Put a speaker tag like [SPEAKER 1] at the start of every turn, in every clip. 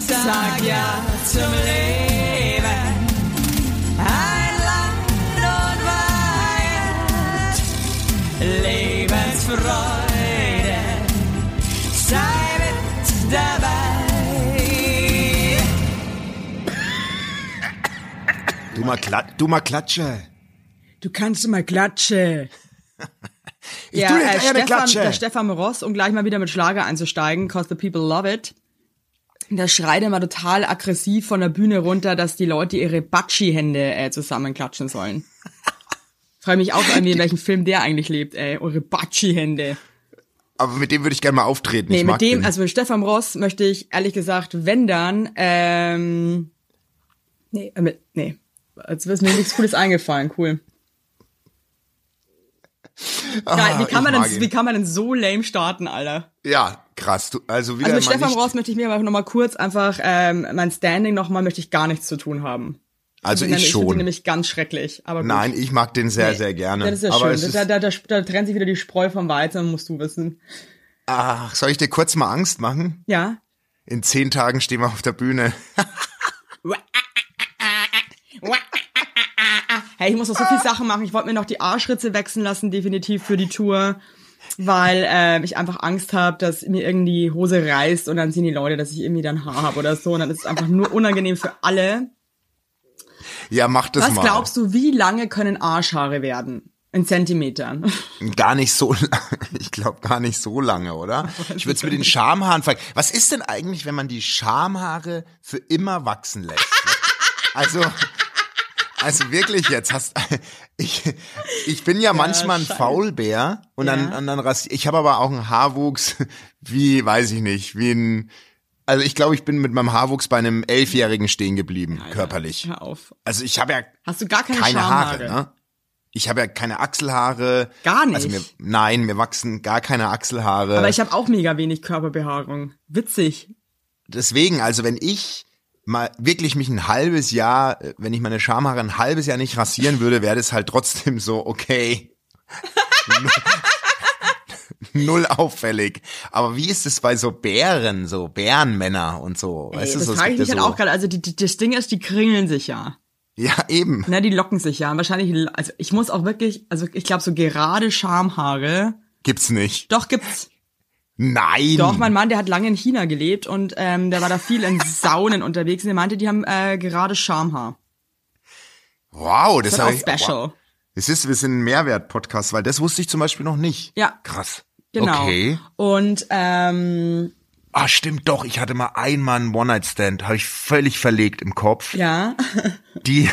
[SPEAKER 1] sag ja zum Leben. Ein Land und Weihend, Lebensfreude, sei mit dabei.
[SPEAKER 2] Du mal, klat du mal klatsche.
[SPEAKER 3] Du kannst mal klatsche.
[SPEAKER 2] Ich
[SPEAKER 3] ja,
[SPEAKER 2] tu dir
[SPEAKER 3] äh,
[SPEAKER 2] gleich eine
[SPEAKER 3] Stefan,
[SPEAKER 2] Klatsche.
[SPEAKER 3] der Stefan Ross, um gleich mal wieder mit Schlager einzusteigen, cause the people love it. Der schreit immer total aggressiv von der Bühne runter, dass die Leute ihre Batschi-Hände äh, zusammenklatschen sollen. Frag mich auch irgendwie, in welchem Film der eigentlich lebt, ey. Eure Batschi-Hände.
[SPEAKER 2] Aber mit dem würde ich gerne mal auftreten.
[SPEAKER 3] Nee,
[SPEAKER 2] ich mag
[SPEAKER 3] mit dem,
[SPEAKER 2] den.
[SPEAKER 3] also mit Stefan Ross möchte ich ehrlich gesagt, wenn dann, ähm, nee, äh, mit, nee. Jetzt ist mir nichts Cooles eingefallen, cool. Geil,
[SPEAKER 2] Ah,
[SPEAKER 3] also, wie, kann
[SPEAKER 2] ich
[SPEAKER 3] man denn,
[SPEAKER 2] mag ihn.
[SPEAKER 3] wie kann man denn so lame starten, Alter?
[SPEAKER 2] Ja, krass. Du, also wieder
[SPEAKER 3] Also mit
[SPEAKER 2] mal
[SPEAKER 3] Stefan
[SPEAKER 2] nicht,
[SPEAKER 3] Ross möchte ich mir aber nochmal kurz einfach, ähm, mein Standing nochmal möchte ich gar nichts zu tun haben.
[SPEAKER 2] Also
[SPEAKER 3] Sondern
[SPEAKER 2] ich
[SPEAKER 3] finde ihn
[SPEAKER 2] schon.
[SPEAKER 3] nämlich ganz schrecklich. Aber gut.
[SPEAKER 2] Nein, ich mag den sehr,
[SPEAKER 3] Nee.
[SPEAKER 2] sehr gerne.
[SPEAKER 3] Das ist ja
[SPEAKER 2] Aber
[SPEAKER 3] schön.
[SPEAKER 2] es
[SPEAKER 3] Das-
[SPEAKER 2] ist,
[SPEAKER 3] da, da, da, da trennt sich wieder die Spreu vom Weizen, musst du wissen.
[SPEAKER 2] ach, soll ich dir kurz mal Angst machen?
[SPEAKER 3] Ja.
[SPEAKER 2] In zehn Tagen stehen wir auf der Bühne.
[SPEAKER 3] Hey, ich muss noch so viele Sachen machen. Ich wollte mir noch die Arschritze wechseln lassen, definitiv für die Tour, weil äh, ich einfach Angst habe, dass mir irgendwie die Hose reißt und dann sehen die Leute, dass ich irgendwie dann Haar habe oder so. Und dann ist es einfach nur unangenehm für alle.
[SPEAKER 2] Ja, mach das
[SPEAKER 3] Was
[SPEAKER 2] mal.
[SPEAKER 3] glaubst du, wie lange können Arschhaare werden? In Zentimetern.
[SPEAKER 2] Gar nicht so lange. Ich glaube gar nicht so lange, oder? Ich würde es mit den Schamhaaren fragen. Was ist denn eigentlich, wenn man die Schamhaare für immer wachsen lässt? Also, also wirklich jetzt hast ich, ich bin ja manchmal ein
[SPEAKER 3] scheiße.
[SPEAKER 2] Faulbär und dann,
[SPEAKER 3] Ja.
[SPEAKER 2] und dann rast, ich habe aber auch einen Haarwuchs, wie, weiß ich nicht, wie ein, also ich glaube, ich bin mit meinem Haarwuchs bei einem Elfjährigen stehen geblieben, körperlich.
[SPEAKER 3] Hör auf.
[SPEAKER 2] Also ich habe ja
[SPEAKER 3] Hast du gar keine,
[SPEAKER 2] keine Haare,
[SPEAKER 3] Schamhaare?
[SPEAKER 2] ne? Ich habe ja keine Achselhaare.
[SPEAKER 3] Gar nicht?
[SPEAKER 2] Also mir, nein, mir wachsen gar keine Achselhaare.
[SPEAKER 3] Aber ich habe auch mega wenig Körperbehaarung. Witzig.
[SPEAKER 2] Deswegen, also wenn ich mal wirklich mich ein halbes Jahr, äh, wenn ich meine Schamhaare ein halbes Jahr nicht rasieren würde, wäre das halt trotzdem so, okay. Null auffällig. Aber wie ist es bei so Bären, so Bärenmänner und so?
[SPEAKER 3] Ey,
[SPEAKER 2] weißt du,
[SPEAKER 3] das
[SPEAKER 2] so, es
[SPEAKER 3] frage ich
[SPEAKER 2] gibt
[SPEAKER 3] mich
[SPEAKER 2] ja
[SPEAKER 3] halt
[SPEAKER 2] so-
[SPEAKER 3] auch gerade. Also die, die, das Ding ist, die kringeln sich ja.
[SPEAKER 2] Ja, eben.
[SPEAKER 3] Na, die locken sich ja. Und Wahrscheinlich, also ich muss auch wirklich, also ich glaube so gerade Schamhaare.
[SPEAKER 2] Gibt's nicht.
[SPEAKER 3] Doch gibt's.
[SPEAKER 2] Nein.
[SPEAKER 3] Doch, mein Mann, der hat lange in China gelebt und ähm, der war da viel in Saunen unterwegs und der meinte, die haben äh, gerade Schamhaar.
[SPEAKER 2] wow, das,
[SPEAKER 3] Das
[SPEAKER 2] hab
[SPEAKER 3] ist halt auch
[SPEAKER 2] ich-
[SPEAKER 3] special.
[SPEAKER 2] Es ist, wir sind ein Mehrwert-Podcast, weil das wusste ich zum Beispiel noch nicht.
[SPEAKER 3] Ja.
[SPEAKER 2] Krass.
[SPEAKER 3] Genau.
[SPEAKER 2] Okay.
[SPEAKER 3] Und ähm,
[SPEAKER 2] Ah, stimmt doch. Ich hatte mal einmal einen One-Night-Stand, habe ich völlig verlegt im Kopf.
[SPEAKER 3] ja,
[SPEAKER 2] Die,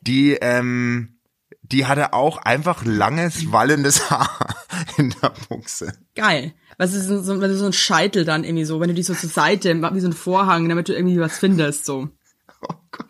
[SPEAKER 2] die, ähm, die hatte auch einfach langes, wallendes Haar in der Buchse.
[SPEAKER 3] geil. Was ist denn so, wenn du so ein Scheitel dann irgendwie so, wenn du die so zur Seite, wie so ein Vorhang, damit du irgendwie was findest so.
[SPEAKER 2] Oh Gott.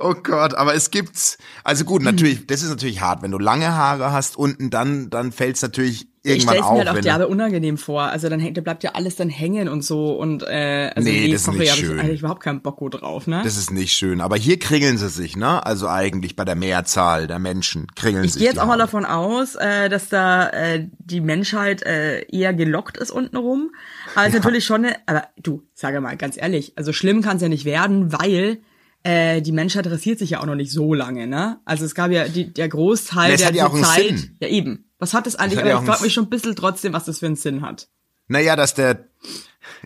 [SPEAKER 2] Oh Gott, aber es gibt's. Also gut, natürlich, das ist natürlich hart, wenn du lange Haare hast unten, dann, dann fällt's natürlich
[SPEAKER 3] Ich
[SPEAKER 2] irgendwann
[SPEAKER 3] stell's
[SPEAKER 2] auf.
[SPEAKER 3] mir halt auch
[SPEAKER 2] wenn du-
[SPEAKER 3] derbe unangenehm vor. Also dann hängt, da bleibt ja alles dann hängen und so und äh, also
[SPEAKER 2] Nee, das ist
[SPEAKER 3] sorry,
[SPEAKER 2] nicht
[SPEAKER 3] hab ich
[SPEAKER 2] schön.
[SPEAKER 3] eigentlich überhaupt keinen Bocko drauf, ne?
[SPEAKER 2] Das ist nicht schön. Aber hier kringeln sie sich, ne? Also eigentlich bei der Mehrzahl der Menschen kringeln
[SPEAKER 3] ich
[SPEAKER 2] sich.
[SPEAKER 3] gehe jetzt
[SPEAKER 2] die
[SPEAKER 3] auch mal
[SPEAKER 2] Haare.
[SPEAKER 3] davon aus, äh, dass da äh, die Menschheit äh, eher gelockt ist untenrum. Aber es ist natürlich schon eine, aber du, sage mal ganz ehrlich, also schlimm kann es ja nicht werden, weil äh, die Menschheit interessiert sich ja auch noch nicht so lange, ne? Also es gab ja die, der Großteil
[SPEAKER 2] Na, es
[SPEAKER 3] der
[SPEAKER 2] hat ja auch
[SPEAKER 3] zur
[SPEAKER 2] einen
[SPEAKER 3] Zeit.
[SPEAKER 2] Sinn.
[SPEAKER 3] Ja eben. Was hat das eigentlich?
[SPEAKER 2] hat
[SPEAKER 3] aber
[SPEAKER 2] ja auch
[SPEAKER 3] ich frage
[SPEAKER 2] einen
[SPEAKER 3] mich schon ein bisschen trotzdem, was das für einen Sinn hat.
[SPEAKER 2] Naja, dass der,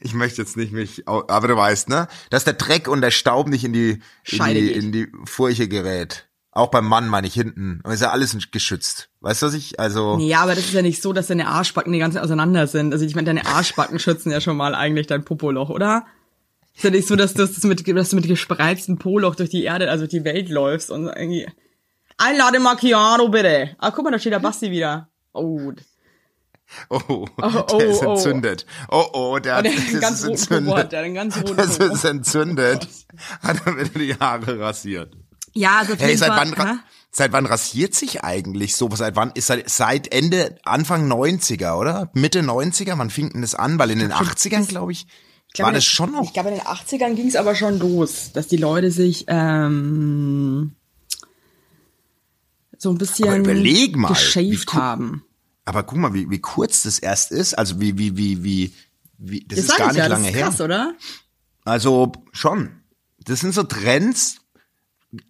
[SPEAKER 2] ich möchte jetzt nicht mich, au- aber du weißt, ne? Dass der Dreck und der Staub nicht in die, in
[SPEAKER 3] Scheide
[SPEAKER 2] die,
[SPEAKER 3] geht.
[SPEAKER 2] in die Furche gerät. Auch beim Mann meine ich hinten. Aber ist ja alles geschützt. Weißt du, was ich, also,
[SPEAKER 3] Ja, aber das ist ja nicht so, dass deine Arschbacken die ganze Zeit auseinander sind. Also ich meine, deine Arschbacken schützen ja schon mal eigentlich dein Popoloch, oder? Ist ja nicht so, dass du, dass du, mit, dass du mit gespreiztem Poloch durch die Erde, also durch die Welt läufst und irgendwie... Ein Latte Macchiato, bitte. Ah, guck mal, da steht der Basti wieder. Oh,
[SPEAKER 2] oh,
[SPEAKER 3] oh,
[SPEAKER 2] der ist
[SPEAKER 3] oh.
[SPEAKER 2] entzündet. Oh, oh, der,
[SPEAKER 3] der
[SPEAKER 2] hat
[SPEAKER 3] hat
[SPEAKER 2] das
[SPEAKER 3] einen ganz
[SPEAKER 2] ist
[SPEAKER 3] roten Popo
[SPEAKER 2] entzündet.
[SPEAKER 3] hat der, einen ganz roten
[SPEAKER 2] Das
[SPEAKER 3] Popo.
[SPEAKER 2] ist entzündet. Hat er wieder die Haare rasiert.
[SPEAKER 3] Ja, also auf
[SPEAKER 2] Hey,
[SPEAKER 3] jeden
[SPEAKER 2] seit
[SPEAKER 3] Fall,
[SPEAKER 2] wann,
[SPEAKER 3] hä?
[SPEAKER 2] ra- seit wann rasiert sich eigentlich so? Seit wann ist seit, seit Ende, Anfang 90er, oder? Mitte 90er? Wann fing denn das an? Weil in den 80ern, glaube ich,
[SPEAKER 3] glaub,
[SPEAKER 2] war
[SPEAKER 3] in den-
[SPEAKER 2] das schon noch.
[SPEAKER 3] Ich glaube, in den 80ern ging es aber schon los, dass die Leute sich ähm, so ein bisschen
[SPEAKER 2] Aber überleg mal, wie
[SPEAKER 3] geschaved
[SPEAKER 2] cool-
[SPEAKER 3] haben.
[SPEAKER 2] Aber guck mal, wie, wie kurz das erst ist. Also wie, wie, wie, wie, wie das,
[SPEAKER 3] Das
[SPEAKER 2] ist
[SPEAKER 3] sag
[SPEAKER 2] gar
[SPEAKER 3] ich
[SPEAKER 2] nicht
[SPEAKER 3] ja,
[SPEAKER 2] lange
[SPEAKER 3] das ist
[SPEAKER 2] her.
[SPEAKER 3] krass, oder?
[SPEAKER 2] Also schon. Das sind so Trends.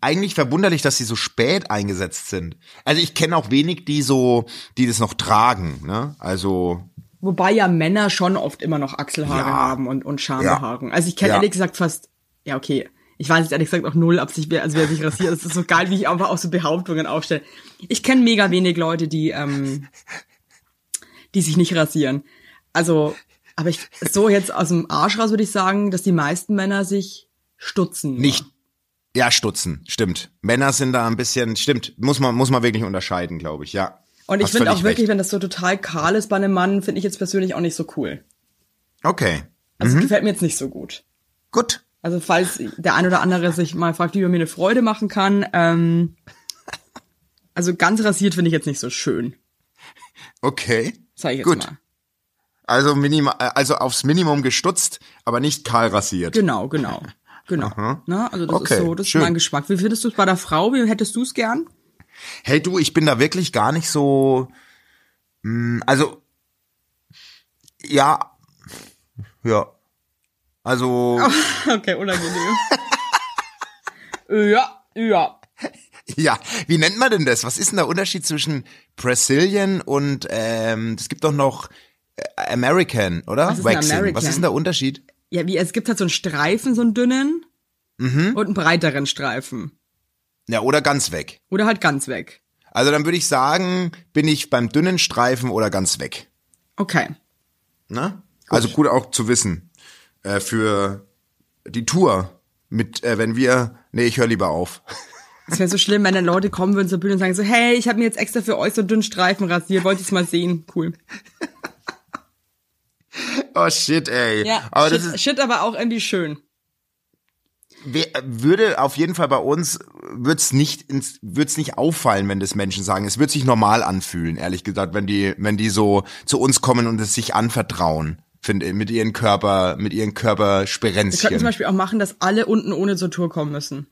[SPEAKER 2] Eigentlich verwunderlich, dass sie so spät eingesetzt sind. Also ich kenne auch wenig, die so, die das noch tragen. Ne? Also
[SPEAKER 3] Wobei ja Männer schon oft immer noch Achselhaare
[SPEAKER 2] Ja.
[SPEAKER 3] haben und, und Schambehaarung.
[SPEAKER 2] Ja.
[SPEAKER 3] Also ich kenne
[SPEAKER 2] Ja.
[SPEAKER 3] ehrlich gesagt fast, ja okay, ich weiß jetzt ehrlich gesagt auch null, ob sich, wer- also wer sich rasiert, es ist so geil, wie ich einfach auch so Behauptungen aufstelle. Ich kenne mega wenig Leute, die, ähm, die sich nicht rasieren. Also, aber ich, so jetzt aus dem Arsch raus würde ich sagen, dass die meisten Männer sich stutzen. nur.
[SPEAKER 2] nicht. Ja, stutzen, stimmt. Männer sind da ein bisschen, stimmt. Muss man, muss man wirklich unterscheiden, glaube ich, ja.
[SPEAKER 3] Und ich
[SPEAKER 2] Hast
[SPEAKER 3] finde auch
[SPEAKER 2] völlig
[SPEAKER 3] wirklich,
[SPEAKER 2] recht.
[SPEAKER 3] wenn das so total kahl ist bei einem Mann, finde ich jetzt persönlich auch nicht so cool.
[SPEAKER 2] Okay,
[SPEAKER 3] Also
[SPEAKER 2] Mhm.
[SPEAKER 3] gefällt mir jetzt nicht so gut.
[SPEAKER 2] gut.
[SPEAKER 3] Also falls der ein oder andere sich mal fragt, wie man mir eine Freude machen kann. Ähm, also ganz rasiert finde ich jetzt nicht so schön,
[SPEAKER 2] Okay.
[SPEAKER 3] sage ich jetzt
[SPEAKER 2] gut.
[SPEAKER 3] mal.
[SPEAKER 2] Also, minima, äh, also aufs Minimum gestutzt, aber nicht kahl rasiert.
[SPEAKER 3] Genau, genau. Genau. Na, also das
[SPEAKER 2] Okay,
[SPEAKER 3] ist so, das
[SPEAKER 2] schön.
[SPEAKER 3] ist mein Geschmack. Wie findest du es bei der Frau? Wie hättest du es gern?
[SPEAKER 2] Hey du, ich bin da wirklich gar nicht so. mm, Also ja, ja. Also
[SPEAKER 3] Okay, unangenehm. ja, ja.
[SPEAKER 2] ja. Wie nennt man denn das? Was ist denn der Unterschied zwischen Brazilian und ähm, es gibt doch noch äh, American, oder?
[SPEAKER 3] Was ist ein American?
[SPEAKER 2] Was ist denn der Unterschied?
[SPEAKER 3] Ja, wie es gibt halt so einen Streifen, so einen dünnen
[SPEAKER 2] Mhm.
[SPEAKER 3] und einen breiteren Streifen.
[SPEAKER 2] Ja, oder ganz weg.
[SPEAKER 3] Oder halt ganz weg.
[SPEAKER 2] Also dann würde ich sagen, bin ich beim dünnen Streifen oder ganz weg.
[SPEAKER 3] Okay.
[SPEAKER 2] Ne? Also gut auch zu wissen äh, für die Tour mit, äh, wenn wir, nee, ich höre lieber auf.
[SPEAKER 3] Es wäre so schlimm, wenn dann Leute kommen würden zur Bühne und sagen so, hey, ich habe mir jetzt extra für euch so dünn Streifen rasiert, wollt ihr's mal sehen? Cool.
[SPEAKER 2] Oh shit, ey.
[SPEAKER 3] Ja,
[SPEAKER 2] aber
[SPEAKER 3] shit,
[SPEAKER 2] das ist,
[SPEAKER 3] shit, aber auch irgendwie schön.
[SPEAKER 2] wer- würde auf jeden Fall bei uns wird's nicht ins, wird's nicht auffallen, wenn das Menschen sagen. Es wird sich normal anfühlen, ehrlich gesagt, wenn die wenn die so zu uns kommen und es sich anvertrauen, finde mit ihren Körper mit ihren
[SPEAKER 3] Wir könnten zum
[SPEAKER 2] Körpersperenzchen.
[SPEAKER 3] Beispiel auch machen, dass alle unten ohne zur Tour kommen müssen.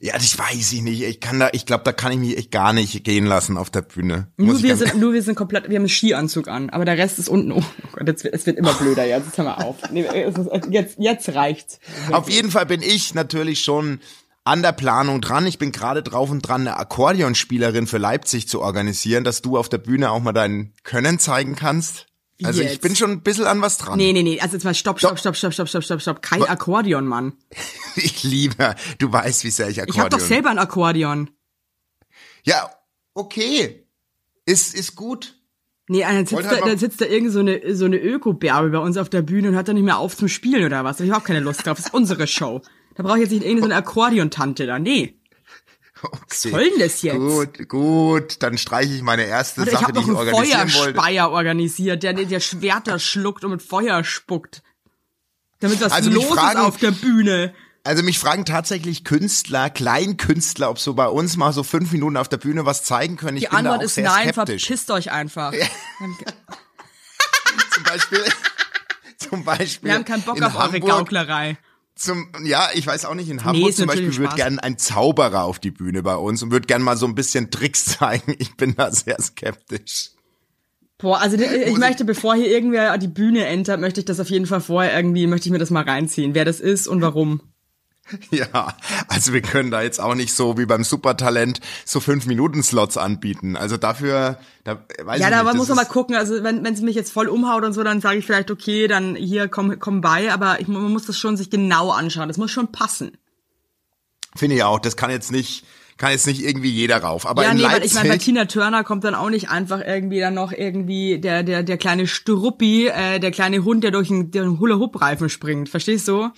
[SPEAKER 2] Ja, das weiß ich nicht. Ich kann da ich glaube, da kann ich mich echt gar nicht gehen lassen auf der Bühne. Muss
[SPEAKER 3] Nur
[SPEAKER 2] ich
[SPEAKER 3] wir,
[SPEAKER 2] ganz-
[SPEAKER 3] sind, nur wir sind komplett, wir haben einen Skianzug an, aber der Rest ist unten ohne. Oh Gott, jetzt, wird- es wird immer blöder, jetzt jetzt hör mal auf. Nee, es ist, äh, jetzt, jetzt reicht's.
[SPEAKER 2] Auf jeden Fall bin ich natürlich schon an der Planung dran. Ich bin gerade drauf und dran, eine Akkordeonspielerin für Leipzig zu organisieren, dass du auf der Bühne auch mal dein Können zeigen kannst. Also ich
[SPEAKER 3] jetzt?
[SPEAKER 2] bin schon ein bisschen an was dran.
[SPEAKER 3] Nee, nee, nee, also jetzt mal stopp, stopp, stopp, stopp, stopp, stopp, stopp, stopp. Kein Akkordeon, Mann.
[SPEAKER 2] Ich liebe, du weißt, wie sehr ich Akkordeon.
[SPEAKER 3] Ich habe doch selber ein Akkordeon.
[SPEAKER 2] Ja, okay. Ist, ist gut.
[SPEAKER 3] Nee, dann
[SPEAKER 2] Wollt
[SPEAKER 3] sitzt,
[SPEAKER 2] halt
[SPEAKER 3] da,
[SPEAKER 2] mal-
[SPEAKER 3] dann sitzt da irgend so eine, so eine Öko-Bärbe bei uns auf der Bühne und hört dann nicht mehr auf zum Spielen oder was. Da hab ich überhaupt keine Lust drauf. Das ist unsere Show. Da brauche ich jetzt nicht irgendeine so eine Akkordeontante da. Nee.
[SPEAKER 2] Okay. Was
[SPEAKER 3] soll denn das jetzt?
[SPEAKER 2] Gut, gut. Dann streiche ich meine erste
[SPEAKER 3] Oder ich
[SPEAKER 2] Sache,
[SPEAKER 3] habe
[SPEAKER 2] die
[SPEAKER 3] noch
[SPEAKER 2] ich
[SPEAKER 3] einen
[SPEAKER 2] organisieren wollte.
[SPEAKER 3] Feuerspeier organisiert, der, der Schwerter schluckt und mit Feuer spuckt. Damit was
[SPEAKER 2] Also mich
[SPEAKER 3] los
[SPEAKER 2] fragen-
[SPEAKER 3] ist auf der Bühne.
[SPEAKER 2] Also mich fragen tatsächlich Künstler, Kleinkünstler, ob so bei uns mal so fünf Minuten auf der Bühne was zeigen können. Ich
[SPEAKER 3] Die
[SPEAKER 2] bin da
[SPEAKER 3] Antwort
[SPEAKER 2] auch
[SPEAKER 3] ist
[SPEAKER 2] sehr
[SPEAKER 3] nein,
[SPEAKER 2] skeptisch.
[SPEAKER 3] verpisst euch einfach.
[SPEAKER 2] Zum Beispiel. Zum Beispiel.
[SPEAKER 3] Wir haben keinen Bock
[SPEAKER 2] in
[SPEAKER 3] auf eure
[SPEAKER 2] Hamburg
[SPEAKER 3] Gauklerei.
[SPEAKER 2] Zum, ja, ich weiß auch nicht, in Hamburg
[SPEAKER 3] ist
[SPEAKER 2] zum
[SPEAKER 3] natürlich
[SPEAKER 2] Beispiel würde
[SPEAKER 3] Spaß.
[SPEAKER 2] gern ein Zauberer auf die Bühne bei uns und würde gern mal so ein bisschen Tricks zeigen. Ich bin da sehr skeptisch.
[SPEAKER 3] Boah, also der- ich
[SPEAKER 2] Muss
[SPEAKER 3] möchte, bevor hier irgendwer die Bühne entert, möchte ich das auf jeden Fall vorher irgendwie, möchte ich mir das mal reinziehen, wer das ist und warum.
[SPEAKER 2] Ja, also wir können da jetzt auch nicht so wie beim Supertalent so fünf Minuten Slots anbieten. Also dafür, da weiß
[SPEAKER 3] Ja,
[SPEAKER 2] ich
[SPEAKER 3] da
[SPEAKER 2] nicht.
[SPEAKER 3] aber
[SPEAKER 2] das
[SPEAKER 3] muss man mal
[SPEAKER 2] ist-
[SPEAKER 3] gucken. Also wenn wenn sie mich jetzt voll umhaut und so, dann sage ich vielleicht okay, dann hier komm komm bei. Aber ich, man muss das schon sich genau anschauen. Das muss schon passen.
[SPEAKER 2] Finde ich auch. Das kann jetzt nicht, kann jetzt nicht irgendwie jeder rauf. Aber
[SPEAKER 3] ja,
[SPEAKER 2] in
[SPEAKER 3] nee, weil
[SPEAKER 2] Leipzig.
[SPEAKER 3] ich meine, bei Tina Turner kommt dann auch nicht einfach irgendwie dann noch irgendwie der der der kleine Struppi, äh, der kleine Hund, der durch einen, der einen Hula Hoop Reifen springt. Verstehst du?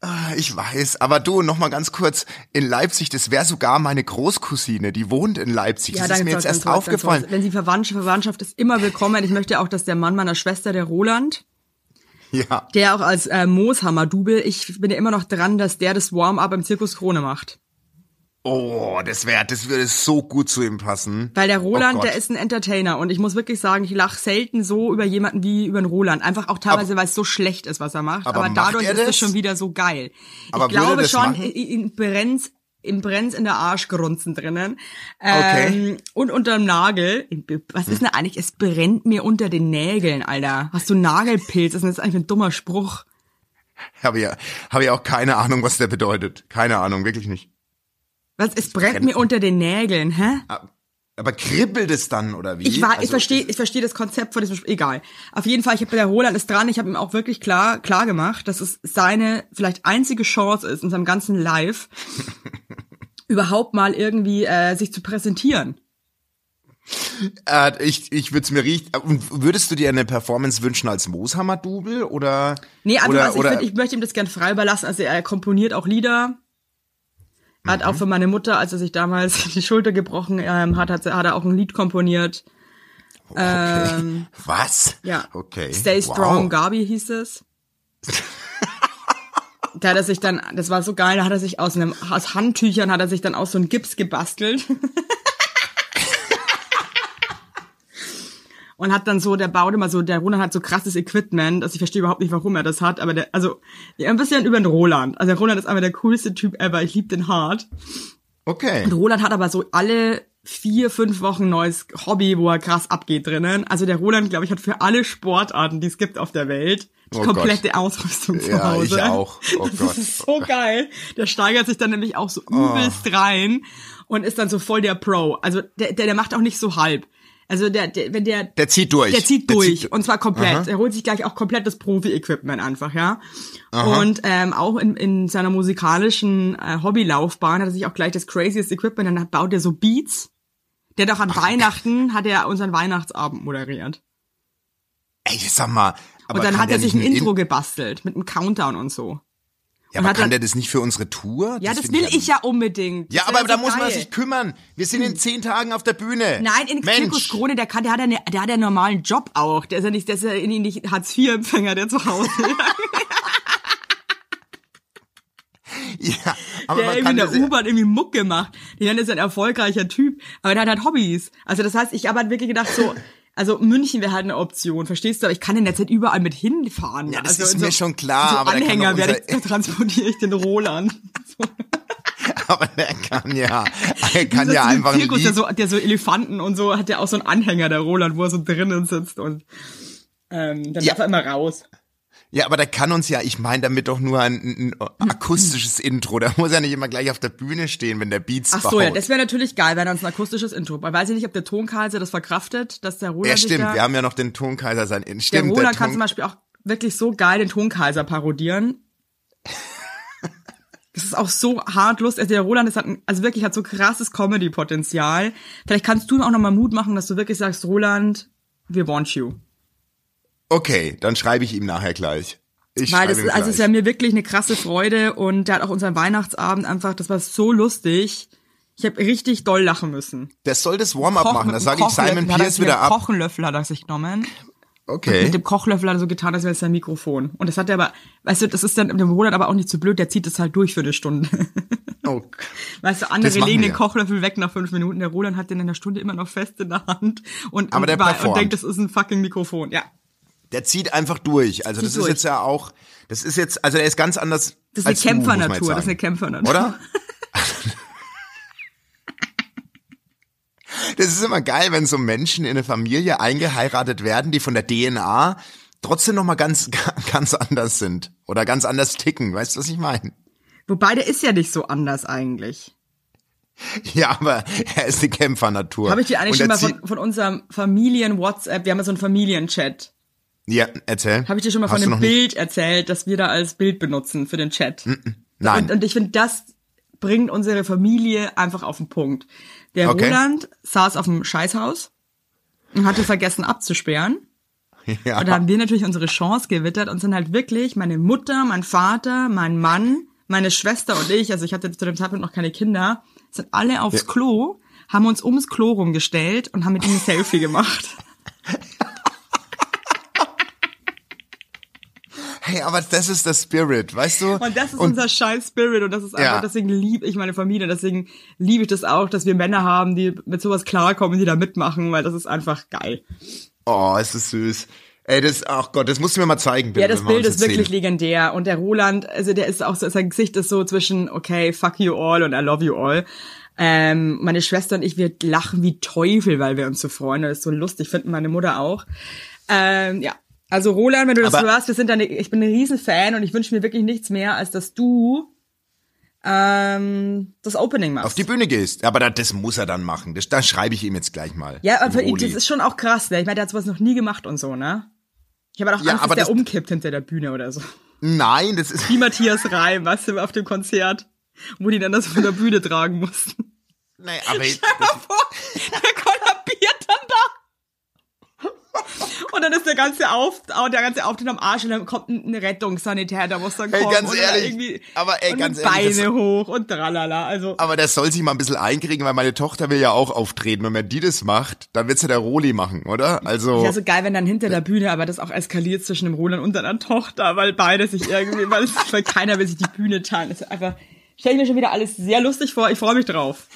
[SPEAKER 2] Ah, Ich weiß, aber du, noch mal ganz kurz, in Leipzig, das wäre sogar meine Großcousine, die wohnt in Leipzig.
[SPEAKER 3] Ja,
[SPEAKER 2] das ist mir
[SPEAKER 3] soll's,
[SPEAKER 2] jetzt erst
[SPEAKER 3] soll's, soll's.
[SPEAKER 2] aufgefallen.
[SPEAKER 3] Wenn sie Verwandtschaft, Verwandtschaft ist immer willkommen. Ich möchte auch, dass der Mann meiner Schwester, der Roland,
[SPEAKER 2] Ja,
[SPEAKER 3] der auch als äh, Mooshammer-Double, ich bin ja immer noch dran, dass der das Warm-up im Zirkus Krone macht.
[SPEAKER 2] oh, das wäre, das würde so gut zu ihm passen.
[SPEAKER 3] Weil der Roland,
[SPEAKER 2] Oh Gott.
[SPEAKER 3] der ist ein Entertainer und ich muss wirklich sagen, ich lache selten so über jemanden wie über den Roland. Einfach auch teilweise, weil es so schlecht ist, was er macht.
[SPEAKER 2] aber
[SPEAKER 3] Aber,
[SPEAKER 2] macht
[SPEAKER 3] dadurch
[SPEAKER 2] er
[SPEAKER 3] ist es
[SPEAKER 2] das?
[SPEAKER 3] schon wieder so geil.
[SPEAKER 2] Aber
[SPEAKER 3] ich
[SPEAKER 2] würde
[SPEAKER 3] glaube
[SPEAKER 2] das
[SPEAKER 3] schon,
[SPEAKER 2] machen?
[SPEAKER 3] im Brenz, im Brenz in der Arschgrunzen drinnen.
[SPEAKER 2] Okay.
[SPEAKER 3] Ähm, Und unterm Nagel. Was ist denn eigentlich? Es brennt mir unter den Nägeln, Alter. Hast du Nagelpilz? Das ist eigentlich ein dummer Spruch.
[SPEAKER 2] Habe ja, habe ja auch keine Ahnung, was der bedeutet. Keine Ahnung, wirklich nicht.
[SPEAKER 3] Was, es brennt mir unter den Nägeln, hä?
[SPEAKER 2] Aber kribbelt es dann oder wie?
[SPEAKER 3] Ich, war, ich
[SPEAKER 2] Also,
[SPEAKER 3] verstehe ich verstehe das Konzept von diesem Sp- Egal. Auf jeden Fall, ich habe der Roland ist dran. Ich habe ihm auch wirklich klar, klar gemacht, dass es seine vielleicht einzige Chance ist in seinem ganzen Live überhaupt mal irgendwie äh, sich zu präsentieren.
[SPEAKER 2] Äh, ich ich würde es mir riechen. Und würdest du dir eine Performance wünschen als Mooshammer-Double oder?
[SPEAKER 3] Nee, aber
[SPEAKER 2] oder,
[SPEAKER 3] was, ich,
[SPEAKER 2] oder,
[SPEAKER 3] find, ich möchte ihm das gern frei überlassen. Also er komponiert auch Lieder. Er Hat auch
[SPEAKER 2] Mhm.
[SPEAKER 3] für meine Mutter, als er sich damals die Schulter gebrochen ähm, hat, hat, hat er auch ein Lied komponiert.
[SPEAKER 2] okay.
[SPEAKER 3] ähm,
[SPEAKER 2] was?
[SPEAKER 3] Ja.
[SPEAKER 2] Okay.
[SPEAKER 3] Stay
[SPEAKER 2] Wow.
[SPEAKER 3] Strong, Gabi hieß es. da hat er sich dann, das war so geil, da hat er sich aus einem, aus Handtüchern hat er sich dann aus so einem Gips gebastelt. Und hat dann so, der baut immer so, der Roland hat so krasses Equipment, dass ich verstehe überhaupt nicht, warum er das hat, aber der, also, ja, ein bisschen über den Roland. Also der Roland ist einfach der coolste Typ ever, ich liebe den hart.
[SPEAKER 2] Okay.
[SPEAKER 3] Roland hat aber so alle vier, fünf Wochen neues Hobby, wo er krass abgeht drinnen. Also der Roland, glaube ich, hat für alle Sportarten, die es gibt auf der Welt, die
[SPEAKER 2] Oh
[SPEAKER 3] komplette Ausrüstung zu
[SPEAKER 2] Ja, ich
[SPEAKER 3] Hause.
[SPEAKER 2] auch. Oh
[SPEAKER 3] das
[SPEAKER 2] Gott. Oh.
[SPEAKER 3] ist so geil. Der steigert sich dann nämlich auch so übelst rein und ist dann so voll der Pro. Also der, der, der macht auch nicht so halb. Also der, der wenn der
[SPEAKER 2] Der zieht durch.
[SPEAKER 3] der zieht
[SPEAKER 2] Der
[SPEAKER 3] durch
[SPEAKER 2] zieht-
[SPEAKER 3] und zwar komplett. Er holt sich gleich auch komplett das Profi-Equipment einfach, ja. Und ähm, auch in, in seiner musikalischen äh, Hobbylaufbahn hat er sich auch gleich das craziest Equipment. Dann baut er so Beats. Der hat auch an Weihnachten hat er unseren Weihnachtsabend moderiert.
[SPEAKER 2] Ey, sag mal. Aber
[SPEAKER 3] Und dann
[SPEAKER 2] kann
[SPEAKER 3] hat
[SPEAKER 2] der
[SPEAKER 3] er sich
[SPEAKER 2] nicht
[SPEAKER 3] ein Intro gebastelt mit einem Countdown und so.
[SPEAKER 2] Ja,
[SPEAKER 3] und
[SPEAKER 2] aber
[SPEAKER 3] hat
[SPEAKER 2] kann
[SPEAKER 3] dann-
[SPEAKER 2] der das nicht für unsere Tour?
[SPEAKER 3] Ja, das,
[SPEAKER 2] find
[SPEAKER 3] will ich ja unbedingt.
[SPEAKER 2] Ja,
[SPEAKER 3] Das
[SPEAKER 2] aber
[SPEAKER 3] wär
[SPEAKER 2] da
[SPEAKER 3] so
[SPEAKER 2] muss man
[SPEAKER 3] geil. Hm.
[SPEAKER 2] sich kümmern. Wir sind in zehn Tagen auf der Bühne.
[SPEAKER 3] Nein, in Zirkus
[SPEAKER 2] Mensch.
[SPEAKER 3] Krone, der kann, der hat ja eine, der hat ja einen normalen Job auch. Der ist ja nicht, der ist ja nicht Hartz IV Empfänger, der zu Hause.
[SPEAKER 2] Ja, aber
[SPEAKER 3] der
[SPEAKER 2] man
[SPEAKER 3] irgendwie in
[SPEAKER 2] kann
[SPEAKER 3] der
[SPEAKER 2] das ja-
[SPEAKER 3] U-Bahn irgendwie Muck gemacht. Die ist ein erfolgreicher Typ, aber der hat halt Hobbys. Also das heißt, ich habe halt wirklich gedacht so, also München wäre halt eine Option, verstehst du? Aber ich kann in der Zeit überall mit hinfahren.
[SPEAKER 2] Ja, das
[SPEAKER 3] also
[SPEAKER 2] ist
[SPEAKER 3] in
[SPEAKER 2] mir schon klar,
[SPEAKER 3] in So
[SPEAKER 2] aber da kann
[SPEAKER 3] Anhänger
[SPEAKER 2] doch
[SPEAKER 3] werde
[SPEAKER 2] unser-
[SPEAKER 3] ich, da transportiere ich den Roland.
[SPEAKER 2] Aber der kann ja, er kann
[SPEAKER 3] Das
[SPEAKER 2] ja
[SPEAKER 3] ist ein
[SPEAKER 2] einfach ein
[SPEAKER 3] Zirkus, der
[SPEAKER 2] Lied.
[SPEAKER 3] so, der so Elefanten und so hat ja auch so einen Anhänger, der Roland, wo er so drinnen sitzt und ähm, dann
[SPEAKER 2] Ja.
[SPEAKER 3] darf er immer raus.
[SPEAKER 2] Ja, aber der kann uns ja, ich meine damit doch nur ein, ein akustisches Intro. Da muss er nicht immer gleich auf der Bühne stehen, wenn der Beats
[SPEAKER 3] Ach
[SPEAKER 2] baut.
[SPEAKER 3] so, ja, das wäre natürlich geil, wenn dann so ein akustisches Intro. Man weiß ja nicht, ob der Tonkaiser das verkraftet, dass der Roland
[SPEAKER 2] ja,
[SPEAKER 3] sich da
[SPEAKER 2] stimmt, wir haben ja noch den Tonkaiser sein.
[SPEAKER 3] Der
[SPEAKER 2] Stimmt,
[SPEAKER 3] Roland kann
[SPEAKER 2] Ton-
[SPEAKER 3] zum Beispiel auch wirklich so geil den Tonkaiser parodieren. Das ist auch so hart lust. Also der Roland ist hat ein, also wirklich hat so krasses Comedy-Potenzial. Vielleicht kannst du ihm auch nochmal Mut machen, dass du wirklich sagst, Roland, we want you.
[SPEAKER 2] Okay, dann schreibe ich ihm nachher gleich. Ich
[SPEAKER 3] Weil
[SPEAKER 2] schreibe
[SPEAKER 3] das
[SPEAKER 2] ihm
[SPEAKER 3] ist, also
[SPEAKER 2] gleich.
[SPEAKER 3] es wäre mir wirklich eine krasse Freude und der hat auch unseren Weihnachtsabend einfach, das war so lustig. Ich habe richtig doll lachen müssen.
[SPEAKER 2] das soll das Warm-up
[SPEAKER 3] Koch-
[SPEAKER 2] machen.
[SPEAKER 3] mit
[SPEAKER 2] Das
[SPEAKER 3] dem
[SPEAKER 2] sage ich Simon
[SPEAKER 3] Kochlöffel hat er
[SPEAKER 2] Pierce
[SPEAKER 3] sich- mit
[SPEAKER 2] wieder
[SPEAKER 3] dem
[SPEAKER 2] ab.
[SPEAKER 3] Kochlöffel hat er sich genommen. Mit
[SPEAKER 2] Okay.
[SPEAKER 3] dem Kochlöffel hat er so getan, als wäre es sein Mikrofon. Und das hat er aber, weißt du, das ist dann dem Roland aber auch nicht zu blöd, der zieht es halt durch für eine Stunde.
[SPEAKER 2] Oh,
[SPEAKER 3] Weißt du,
[SPEAKER 2] Das
[SPEAKER 3] andere
[SPEAKER 2] machen
[SPEAKER 3] legen
[SPEAKER 2] wir.
[SPEAKER 3] den Kochlöffel weg nach fünf Minuten, der Roland hat den in einer Stunde immer noch fest in der Hand und,
[SPEAKER 2] Aber
[SPEAKER 3] und,
[SPEAKER 2] der
[SPEAKER 3] wei- und
[SPEAKER 2] performt.
[SPEAKER 3] denkt, das ist ein fucking Mikrofon. Ja.
[SPEAKER 2] der zieht einfach durch. Also das
[SPEAKER 3] Zieht
[SPEAKER 2] ist
[SPEAKER 3] durch.
[SPEAKER 2] jetzt ja auch, das ist jetzt, also er ist ganz anders.
[SPEAKER 3] Das ist
[SPEAKER 2] als du,
[SPEAKER 3] eine
[SPEAKER 2] muss man jetzt
[SPEAKER 3] Kämpfernatur, das ist
[SPEAKER 2] sagen.
[SPEAKER 3] eine Kämpfernatur.
[SPEAKER 2] Oder? Das ist immer geil, wenn so Menschen in eine Familie eingeheiratet werden, die von der DNA trotzdem nochmal ganz, ganz anders sind. Oder ganz anders ticken. Weißt du, was ich meine?
[SPEAKER 3] Wobei, der ist ja nicht so anders eigentlich.
[SPEAKER 2] Ja, aber er ist eine Kämpfernatur.
[SPEAKER 3] Habe ich dir eigentlich
[SPEAKER 2] Und
[SPEAKER 3] schon
[SPEAKER 2] er
[SPEAKER 3] mal
[SPEAKER 2] zieht-
[SPEAKER 3] von, von unserem Familien-WhatsApp, wir haben ja so einen Familienchat,
[SPEAKER 2] Ja, erzähl.
[SPEAKER 3] habe ich dir schon mal
[SPEAKER 2] Hast du
[SPEAKER 3] von
[SPEAKER 2] noch Hm.
[SPEAKER 3] dem Bild erzählt, das wir da als Bild benutzen für den Chat.
[SPEAKER 2] Nicht? Nein.
[SPEAKER 3] Und, und ich finde, das bringt unsere Familie einfach auf den Punkt. Der
[SPEAKER 2] Okay.
[SPEAKER 3] Roland saß auf dem Scheißhaus und hatte vergessen abzusperren.
[SPEAKER 2] ja.
[SPEAKER 3] Und da haben wir natürlich unsere Chance gewittert und sind halt wirklich meine Mutter, mein Vater, mein Mann, meine Schwester und ich, also ich hatte zu dem Zeitpunkt noch keine Kinder, sind alle aufs Klo, haben uns ums Klo rumgestellt und haben mit ihm ein Selfie gemacht.
[SPEAKER 2] Hey, aber das ist der Spirit, weißt du?
[SPEAKER 3] Und das ist unser scheiß Spirit und das ist einfach,
[SPEAKER 2] Ja.
[SPEAKER 3] deswegen liebe ich meine Familie, und deswegen liebe ich das auch, dass wir Männer haben, die mit sowas klarkommen, die da mitmachen, weil das ist einfach geil.
[SPEAKER 2] Oh, es ist süß. Ey, das, ach Gott, das musst du mir mal zeigen, bitte.
[SPEAKER 3] Ja, das
[SPEAKER 2] wenn wir
[SPEAKER 3] Bild
[SPEAKER 2] uns
[SPEAKER 3] ist
[SPEAKER 2] jetzt
[SPEAKER 3] wirklich
[SPEAKER 2] sehen.
[SPEAKER 3] legendär und der Roland, also der ist auch so, sein Gesicht ist so zwischen okay, fuck you all und I love you all. Ähm, meine Schwester und ich, wir lachen wie Teufel, weil wir uns so freuen. Das ist so lustig, finden meine Mutter auch. Ähm, ja, Also Roland, wenn du das
[SPEAKER 2] Aber-
[SPEAKER 3] hörst, wir sind deine, ich bin ein Riesenfan und ich wünsche mir wirklich nichts mehr, als dass du ähm, das Opening machst.
[SPEAKER 2] Auf die Bühne gehst. Aber das, das muss er dann machen. Das, das schreibe ich ihm jetzt gleich mal.
[SPEAKER 3] ja, aber
[SPEAKER 2] Dem
[SPEAKER 3] für ihn,
[SPEAKER 2] Oli.
[SPEAKER 3] das ist schon auch krass, ne? Ich meine, der hat sowas noch nie gemacht und so, ne? Ich habe auch Angst,
[SPEAKER 2] Ja, aber das-
[SPEAKER 3] dass der umkippt hinter der Bühne oder so.
[SPEAKER 2] Nein, das ist.
[SPEAKER 3] Wie Matthias Reim, weißt du, auf dem Konzert, wo die dann das von der Bühne tragen mussten.
[SPEAKER 2] Nein, aber
[SPEAKER 3] Stell dir mal vor, der kollabiert dann da. Und dann ist der ganze Auftritt, der ganze Auftritt am Arsch und dann kommt ein ein Rettungssanitär, der muss dann
[SPEAKER 2] Ey,
[SPEAKER 3] kommen.
[SPEAKER 2] ganz
[SPEAKER 3] und
[SPEAKER 2] ehrlich,
[SPEAKER 3] dann irgendwie,
[SPEAKER 2] aber ey,
[SPEAKER 3] und
[SPEAKER 2] ganz
[SPEAKER 3] Beine
[SPEAKER 2] ehrlich, das-
[SPEAKER 3] Beine hoch und tralala. Also,
[SPEAKER 2] Aber das soll sich mal ein bisschen einkriegen, weil meine Tochter will ja auch auftreten. Und wenn die das macht, dann wird's ja der Roli machen, oder? Also,
[SPEAKER 3] ja, so geil, wenn dann hinter der Bühne aber das auch eskaliert zwischen dem Roland und deiner Tochter, weil beide sich irgendwie, weil, weil keiner will sich die Bühne teilen. Das ist einfach, stelle ich mir schon wieder alles sehr lustig vor. Ich freue mich drauf.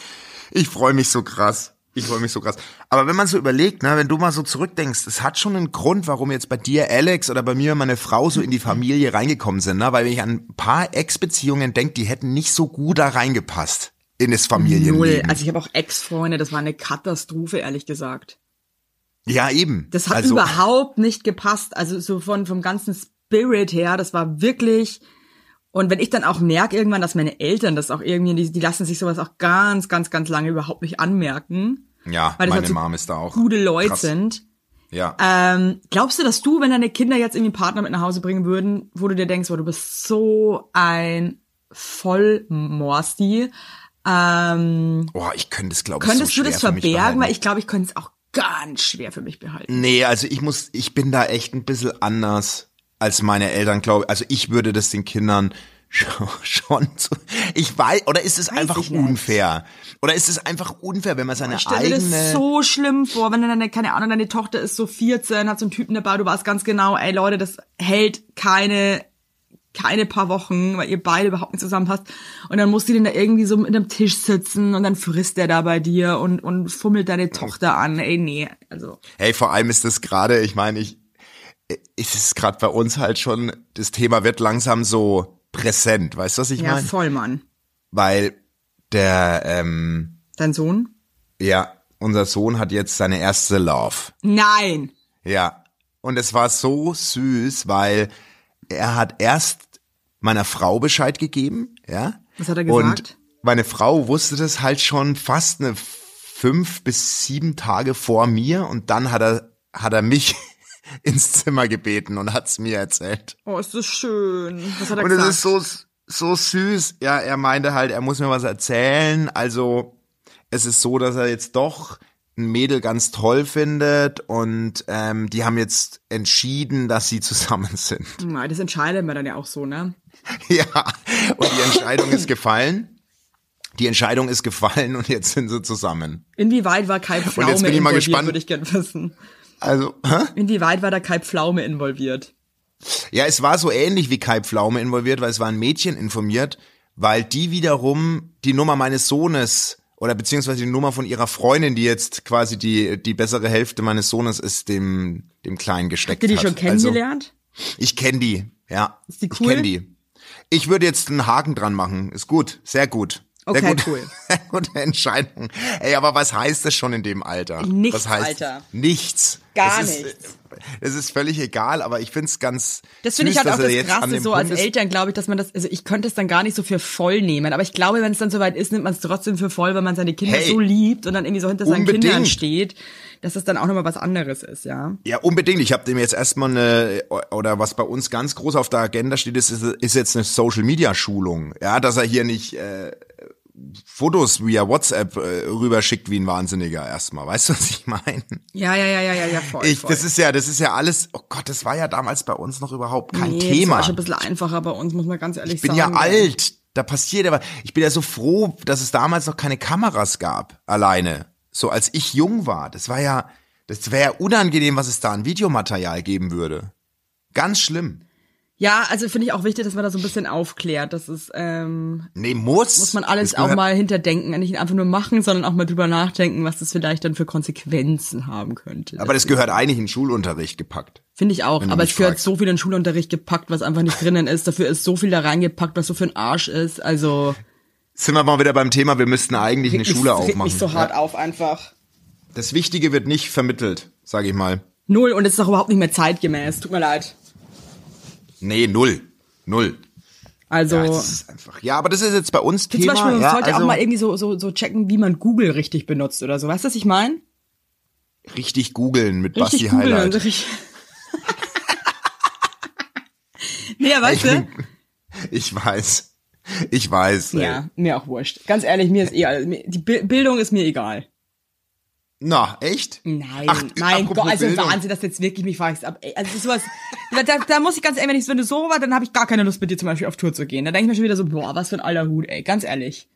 [SPEAKER 2] ich freue mich so krass. Ich freue mich so krass. Aber wenn man so überlegt, ne, wenn du mal so zurückdenkst, es hat schon einen Grund, warum jetzt bei dir Alex oder bei mir meine Frau so in die Familie reingekommen sind, ne? Weil wenn ich an ein paar Ex-Beziehungen denk, die hätten nicht so gut da reingepasst in das
[SPEAKER 3] Null.
[SPEAKER 2] Familienleben.
[SPEAKER 3] Also ich habe auch Ex-Freunde, das war eine Katastrophe, ehrlich gesagt.
[SPEAKER 2] Ja, eben.
[SPEAKER 3] Das hat
[SPEAKER 2] also,
[SPEAKER 3] überhaupt nicht gepasst. Also so von vom ganzen Spirit her, das war wirklich. Und wenn ich dann auch merke irgendwann, dass meine Eltern das auch irgendwie, die, die lassen sich sowas auch ganz, ganz, ganz lange überhaupt nicht anmerken,
[SPEAKER 2] Ja,
[SPEAKER 3] weil das
[SPEAKER 2] meine
[SPEAKER 3] halt so
[SPEAKER 2] Mom ist da auch.
[SPEAKER 3] gute Leute
[SPEAKER 2] krass.
[SPEAKER 3] sind.
[SPEAKER 2] Ja.
[SPEAKER 3] Ähm, glaubst du, dass du, wenn deine Kinder jetzt irgendwie einen Partner mit nach Hause bringen würden, wo du dir denkst, boah, du bist so ein Vollmorsti, ähm,
[SPEAKER 2] Oh, ich könnte es, glaube ich,
[SPEAKER 3] könntest
[SPEAKER 2] so
[SPEAKER 3] du
[SPEAKER 2] schwer
[SPEAKER 3] das
[SPEAKER 2] für mich
[SPEAKER 3] verbergen?
[SPEAKER 2] behalten.
[SPEAKER 3] Weil ich glaube, ich könnte es auch ganz schwer für mich behalten.
[SPEAKER 2] Nee, also ich muss, ich bin da echt ein bisschen anders als meine Eltern, glaube ich. Also ich würde das den Kindern schon, schon zu, ich weiß, oder ist es einfach
[SPEAKER 3] ich nicht.
[SPEAKER 2] unfair? Oder ist es einfach unfair, wenn man seine
[SPEAKER 3] Ich stelle mir
[SPEAKER 2] eigene,
[SPEAKER 3] das so schlimm vor, wenn dann, keine Ahnung, deine Tochter ist so 14, hat so einen Typen dabei, du warst ganz genau, ey Leute, das hält keine, keine paar Wochen, weil ihr beide überhaupt nicht zusammenpasst. Und dann muss die denn da irgendwie so mit einem Tisch sitzen und dann frisst der da bei dir und, und fummelt deine Tochter an. Ey, nee, also.
[SPEAKER 2] hey, vor allem ist das gerade, ich meine, ich, ist es gerade bei uns halt schon, das Thema wird langsam so präsent, weißt du, was ich
[SPEAKER 3] Ja,
[SPEAKER 2] meine?
[SPEAKER 3] voll, Mann.
[SPEAKER 2] Weil der, ähm,
[SPEAKER 3] Dein Sohn?
[SPEAKER 2] ja, unser Sohn hat jetzt seine erste Love.
[SPEAKER 3] Nein!
[SPEAKER 2] Ja. Und es war so süß, weil er hat erst meiner Frau Bescheid gegeben, ja.
[SPEAKER 3] Was hat er
[SPEAKER 2] Und
[SPEAKER 3] gesagt?
[SPEAKER 2] meine Frau wusste das halt schon fast eine fünf bis sieben Tage vor mir und dann hat er, hat er mich ins Zimmer gebeten und hat's mir erzählt.
[SPEAKER 3] Oh, ist das schön. Was hat er
[SPEAKER 2] Und es
[SPEAKER 3] gesagt?
[SPEAKER 2] ist so, so süß. Ja, er meinte halt, er muss mir was erzählen. Also, es ist so, dass er jetzt doch ein Mädel ganz toll findet und ähm, die haben jetzt entschieden, dass sie zusammen sind.
[SPEAKER 3] Na, das entscheidet man dann ja auch so, ne?
[SPEAKER 2] ja, und die Entscheidung ist gefallen. Die Entscheidung ist gefallen und jetzt sind sie zusammen.
[SPEAKER 3] Inwieweit war Kai Pflaume
[SPEAKER 2] bin ich mal
[SPEAKER 3] involviert,
[SPEAKER 2] gespannt.
[SPEAKER 3] würde ich gerne wissen.
[SPEAKER 2] Also, hä?
[SPEAKER 3] Inwieweit war da Kai Pflaume involviert?
[SPEAKER 2] Ja, es war so ähnlich wie Kai Pflaume involviert, weil es war ein Mädchen informiert, weil die wiederum die Nummer meines Sohnes oder beziehungsweise die Nummer von ihrer Freundin, die jetzt quasi die, die bessere Hälfte meines Sohnes ist, dem, dem Kleinen gesteckt
[SPEAKER 3] Habt ihr die
[SPEAKER 2] hat.
[SPEAKER 3] schon kennengelernt?
[SPEAKER 2] Also, ich kenne die, ja. Ist
[SPEAKER 3] die
[SPEAKER 2] Ich
[SPEAKER 3] cool?
[SPEAKER 2] kenne die. Ich würde jetzt einen Haken dran machen. Ist gut, sehr gut. sehr
[SPEAKER 3] Okay,
[SPEAKER 2] gut.
[SPEAKER 3] cool.
[SPEAKER 2] Gute Entscheidung. Ey, aber was heißt das schon in dem Alter?
[SPEAKER 3] Nichts,
[SPEAKER 2] was heißt
[SPEAKER 3] Alter.
[SPEAKER 2] Nichts.
[SPEAKER 3] Gar
[SPEAKER 2] Es ist-
[SPEAKER 3] nichts.
[SPEAKER 2] Es ist völlig egal, aber ich find's ganz.
[SPEAKER 3] das finde ich
[SPEAKER 2] süß,
[SPEAKER 3] halt auch
[SPEAKER 2] dass er
[SPEAKER 3] das
[SPEAKER 2] jetzt an
[SPEAKER 3] Krasse
[SPEAKER 2] dem
[SPEAKER 3] so als
[SPEAKER 2] Punkt ist.
[SPEAKER 3] Eltern, glaube ich, dass man das, also ich könnte es dann gar nicht so für voll nehmen, aber ich glaube, wenn es dann soweit ist, nimmt man es trotzdem für voll, weil man seine Kinder
[SPEAKER 2] Hey.
[SPEAKER 3] so liebt und dann irgendwie so hinter seinen
[SPEAKER 2] Unbedingt.
[SPEAKER 3] Kindern steht, dass das dann auch nochmal was anderes ist, ja.
[SPEAKER 2] Ja, unbedingt. Ich habe dem jetzt erstmal eine, oder was bei uns ganz groß auf der Agenda steht, ist, ist ist jetzt eine Social-Media-Schulung. Ja, dass er hier nicht äh, Fotos via WhatsApp äh, rüberschickt wie ein Wahnsinniger erstmal. Weißt du, was ich meine?
[SPEAKER 3] Ja, ja, ja, ja, ja, ja, voll.
[SPEAKER 2] Ich,
[SPEAKER 3] voll.
[SPEAKER 2] das ist ja, das ist ja alles, oh Gott, das war ja damals bei uns noch überhaupt kein
[SPEAKER 3] Nee, das
[SPEAKER 2] Thema.
[SPEAKER 3] war schon ein bisschen einfacher bei uns, muss man ganz ehrlich
[SPEAKER 2] Ich bin
[SPEAKER 3] sagen.
[SPEAKER 2] ja alt. Da passiert aber. Ich bin ja so froh, dass es damals noch keine Kameras gab. Alleine. So als ich jung war. Das war ja, das wäre ja unangenehm, was es da an Videomaterial geben würde. Ganz schlimm.
[SPEAKER 3] Ja, also finde ich auch wichtig, dass man da so ein bisschen aufklärt. Das ist, ähm,
[SPEAKER 2] Nee, muss.
[SPEAKER 3] muss man alles
[SPEAKER 2] Das
[SPEAKER 3] auch
[SPEAKER 2] gehört-
[SPEAKER 3] mal hinterdenken, nicht einfach nur machen, sondern auch mal drüber nachdenken, was das vielleicht dann für Konsequenzen haben könnte.
[SPEAKER 2] Aber das gehört eigentlich in den Schulunterricht gepackt.
[SPEAKER 3] Finde ich auch,
[SPEAKER 2] Wenn du
[SPEAKER 3] aber
[SPEAKER 2] mich
[SPEAKER 3] es gehört
[SPEAKER 2] fragst.
[SPEAKER 3] so viel in den Schulunterricht gepackt, was einfach nicht drinnen ist. Dafür ist so viel da reingepackt, was so für ein Arsch ist. Also
[SPEAKER 2] Sind wir mal wieder beim Thema, wir müssten eigentlich eine Schule
[SPEAKER 3] es regt
[SPEAKER 2] aufmachen.
[SPEAKER 3] mich so hart
[SPEAKER 2] Ja.
[SPEAKER 3] auf einfach.
[SPEAKER 2] Das Wichtige wird nicht vermittelt, sage ich mal.
[SPEAKER 3] Null und es ist auch überhaupt nicht mehr zeitgemäß. Tut mir leid.
[SPEAKER 2] Nee, null. Null.
[SPEAKER 3] Also.
[SPEAKER 2] Ja, das ist einfach. Ja, aber das ist jetzt bei uns
[SPEAKER 3] Zum
[SPEAKER 2] Thema.
[SPEAKER 3] Beispiel, man
[SPEAKER 2] ja,
[SPEAKER 3] sollte
[SPEAKER 2] also
[SPEAKER 3] auch mal irgendwie so, so, so checken, wie man Google richtig benutzt oder so. Weißt du, was ich meine?
[SPEAKER 2] richtig googeln mit
[SPEAKER 3] Richtig
[SPEAKER 2] Basti
[SPEAKER 3] googeln und
[SPEAKER 2] Highlight.
[SPEAKER 3] so richtig. nee, aber weißt du?
[SPEAKER 2] Ich weiß. Ich weiß. ey.
[SPEAKER 3] Ja, mir auch wurscht. Ganz ehrlich, mir ist eh alles, mir- die Bi- Bildung ist mir egal.
[SPEAKER 2] Na, echt?
[SPEAKER 3] Nein,
[SPEAKER 2] Ach,
[SPEAKER 3] mein
[SPEAKER 2] apropos
[SPEAKER 3] Gott, also
[SPEAKER 2] Bildung.
[SPEAKER 3] Wahnsinn, dass du jetzt wirklich mich fragst. Ab- ey, Also sowas, da, da, da muss ich ganz ehrlich, wenn du so war, dann habe ich gar keine Lust mit dir zum Beispiel auf Tour zu gehen. Da denke ich mir schon wieder so, boah, was für ein alter Hut, ey, ganz ehrlich.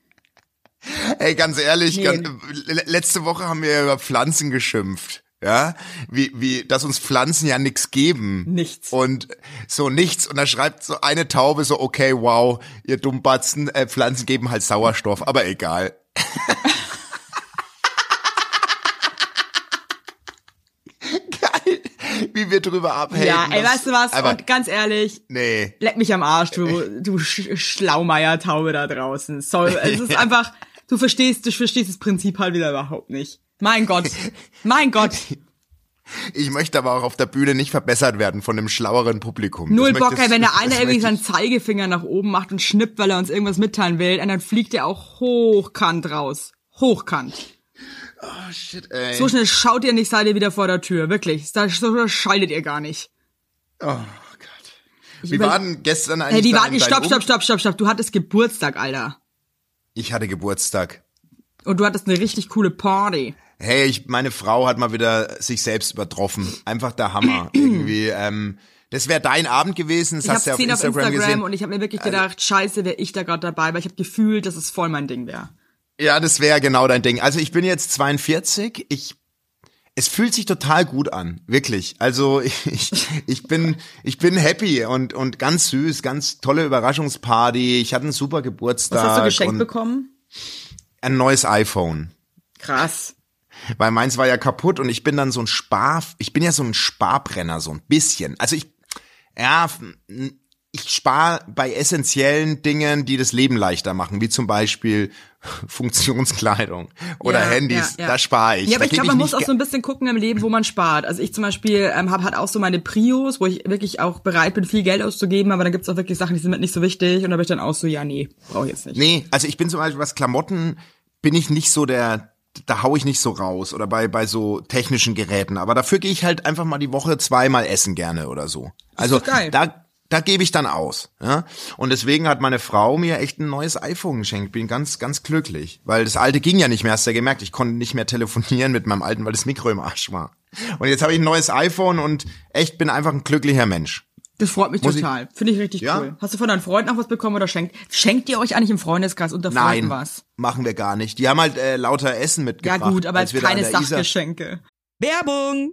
[SPEAKER 2] Ey, ganz ehrlich,
[SPEAKER 3] Nee.
[SPEAKER 2] ganz, le- letzte Woche haben wir über Pflanzen geschimpft. Ja, wie, wie, dass uns Pflanzen ja nichts geben.
[SPEAKER 3] Nichts.
[SPEAKER 2] Und so nichts. Und da schreibt so eine Taube so, okay, wow, ihr Dummbatzen, äh, Pflanzen geben halt Sauerstoff, aber egal. Geil, wie wir drüber abhängen.
[SPEAKER 3] ja, ey, weißt du was?
[SPEAKER 2] Aber
[SPEAKER 3] Und ganz ehrlich,
[SPEAKER 2] nee.
[SPEAKER 3] leck mich am Arsch, du, du Sch Schlaumeier-Taube da draußen. Sorry, es ist einfach, du verstehst, du verstehst das Prinzip halt wieder überhaupt nicht. Mein Gott, mein Gott,
[SPEAKER 2] Ich möchte aber auch auf der Bühne nicht verbessert werden von einem schlaueren Publikum.
[SPEAKER 3] null
[SPEAKER 2] Das
[SPEAKER 3] Bock,
[SPEAKER 2] möchte-
[SPEAKER 3] ey, wenn der
[SPEAKER 2] das
[SPEAKER 3] eine
[SPEAKER 2] möchte
[SPEAKER 3] irgendwie
[SPEAKER 2] ich-
[SPEAKER 3] seinen Zeigefinger nach oben macht und schnippt, weil er uns irgendwas mitteilen will, und dann fliegt er auch hochkant raus. Hochkant.
[SPEAKER 2] Oh, shit, ey.
[SPEAKER 3] So schnell schaut ihr nicht, seid ihr wieder vor der Tür. Wirklich. Da, so schnell scheidet ihr gar nicht.
[SPEAKER 2] Oh Gott. Wir
[SPEAKER 3] überle-
[SPEAKER 2] waren gestern eigentlich.
[SPEAKER 3] Hey, die
[SPEAKER 2] da
[SPEAKER 3] warten,
[SPEAKER 2] in deinem
[SPEAKER 3] stopp,
[SPEAKER 2] Um-
[SPEAKER 3] stopp, stopp, stopp, stopp. Du hattest Geburtstag, Alter.
[SPEAKER 2] Ich hatte Geburtstag.
[SPEAKER 3] Und du hattest eine richtig coole Party.
[SPEAKER 2] Hey, ich, meine Frau hat mal wieder sich selbst übertroffen. Einfach der Hammer. Irgendwie, ähm, das wäre dein Abend gewesen. Das
[SPEAKER 3] Ich habe
[SPEAKER 2] hast du ja auf
[SPEAKER 3] gesehen auf
[SPEAKER 2] Instagram,
[SPEAKER 3] Instagram,
[SPEAKER 2] gesehen. Also-
[SPEAKER 3] und ich habe mir wirklich gedacht, scheiße, wäre ich da gerade dabei, weil ich habe gefühlt, dass es voll mein Ding wäre.
[SPEAKER 2] ja, das wäre genau dein Ding. Also ich bin jetzt 42. Ich, es fühlt sich total gut an. Wirklich. Also ich, ich bin, ich bin happy und, und ganz süß. Ganz tolle Überraschungsparty. Ich hatte einen super Geburtstag.
[SPEAKER 3] Was hast du geschenkt
[SPEAKER 2] und
[SPEAKER 3] bekommen?
[SPEAKER 2] Ein neues iPhone.
[SPEAKER 3] Krass.
[SPEAKER 2] Weil meins war ja kaputt und ich bin dann so ein Spar, ich bin ja so ein Sparbrenner, so ein bisschen. Also ich, ja, f- n- ich spare bei essentiellen Dingen, die das Leben leichter machen, wie zum Beispiel Funktionskleidung oder
[SPEAKER 3] Ja,
[SPEAKER 2] Handys,
[SPEAKER 3] ja, ja.
[SPEAKER 2] da spare ich.
[SPEAKER 3] Ja, aber
[SPEAKER 2] Da
[SPEAKER 3] ich
[SPEAKER 2] geb
[SPEAKER 3] glaube, man muss
[SPEAKER 2] nicht
[SPEAKER 3] auch
[SPEAKER 2] ge-
[SPEAKER 3] so ein bisschen gucken im Leben, wo man spart. Also ich zum Beispiel ähm, habe halt auch so meine Prios, wo ich wirklich auch bereit bin, viel Geld auszugeben, aber dann gibt's auch wirklich Sachen, die sind mir nicht so wichtig und da bin ich dann auch so, ja, nee, brauche ich jetzt nicht.
[SPEAKER 2] Nee, also ich bin zum Beispiel, was Klamotten, bin ich nicht so der, da hau ich nicht so raus oder bei, bei so technischen Geräten. Aber dafür gehe ich halt einfach mal die Woche zweimal essen gerne oder so. Also
[SPEAKER 3] doch geil.
[SPEAKER 2] da, da gebe ich dann aus. Ja? Und deswegen hat meine Frau mir echt ein neues iPhone geschenkt. Bin ganz, ganz glücklich. Weil das alte ging ja nicht mehr, hast du ja gemerkt. Ich konnte nicht mehr telefonieren mit meinem alten, weil das Mikro im Arsch war. Und jetzt habe ich ein neues iPhone und echt bin einfach ein glücklicher Mensch.
[SPEAKER 3] Das freut mich
[SPEAKER 2] Muss ich-
[SPEAKER 3] total. Finde ich richtig
[SPEAKER 2] Ja?
[SPEAKER 3] cool. Hast du von deinen Freunden auch was bekommen oder schenkt? Schenkt ihr euch eigentlich im Freundeskreis unter
[SPEAKER 2] Nein,
[SPEAKER 3] Freunden was?
[SPEAKER 2] machen wir gar nicht. Die haben halt äh, lauter Essen
[SPEAKER 3] Ja
[SPEAKER 2] mitgebracht.
[SPEAKER 3] gut, aber
[SPEAKER 2] als
[SPEAKER 3] jetzt
[SPEAKER 2] wir da an
[SPEAKER 3] keine
[SPEAKER 2] der Isar-
[SPEAKER 3] Sachgeschenke. Werbung!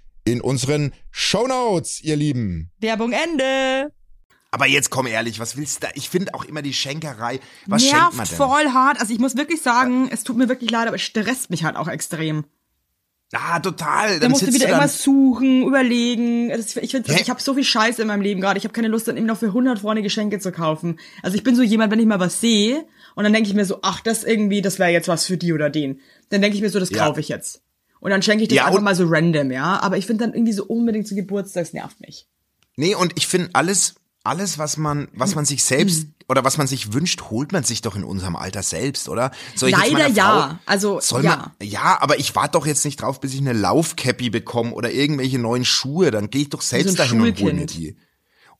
[SPEAKER 4] in unseren Shownotes, ihr Lieben.
[SPEAKER 3] Werbung Ende.
[SPEAKER 2] Aber jetzt komm ehrlich, was willst du da? Ich finde auch immer die Schenkerei. Was schenkt man denn?
[SPEAKER 3] voll hart. Also ich muss wirklich sagen, es tut mir wirklich leid, aber es stresst mich halt auch extrem.
[SPEAKER 2] Ah, total.
[SPEAKER 3] Da
[SPEAKER 2] Dann
[SPEAKER 3] musst du
[SPEAKER 2] sitzt
[SPEAKER 3] wieder
[SPEAKER 2] du dann,
[SPEAKER 3] irgendwas suchen, überlegen. Das, ich find-
[SPEAKER 2] Hä?
[SPEAKER 3] ich habe so viel Scheiße in meinem Leben gerade. Ich habe keine Lust, dann eben noch für 100 Freunde Geschenke zu kaufen. Also ich bin so jemand, wenn ich mal was sehe Und dann denke ich mir so, ach, das irgendwie, das wäre jetzt was für die oder den. Dann denke ich mir so, das
[SPEAKER 2] Ja.
[SPEAKER 3] kaufe ich jetzt. Und dann schenke ich das
[SPEAKER 2] Ja,
[SPEAKER 3] einfach
[SPEAKER 2] und-
[SPEAKER 3] mal so random, ja. Aber ich finde dann irgendwie so unbedingt zu Geburtstag, das nervt mich.
[SPEAKER 2] Nee, und ich finde alles, alles, was man, was man sich selbst
[SPEAKER 3] Mhm.
[SPEAKER 2] oder was man sich wünscht, holt man sich doch in unserem Alter selbst, oder? Soll ich jetzt
[SPEAKER 3] Leider
[SPEAKER 2] meiner
[SPEAKER 3] ja. Also,
[SPEAKER 2] soll
[SPEAKER 3] ja.
[SPEAKER 2] Man, ja, aber ich warte doch jetzt nicht drauf, bis ich eine Laufcappy bekomme oder irgendwelche neuen Schuhe. Dann gehe ich doch selbst
[SPEAKER 3] ein
[SPEAKER 2] dahin und hole mir
[SPEAKER 3] Schulkind.
[SPEAKER 2] die.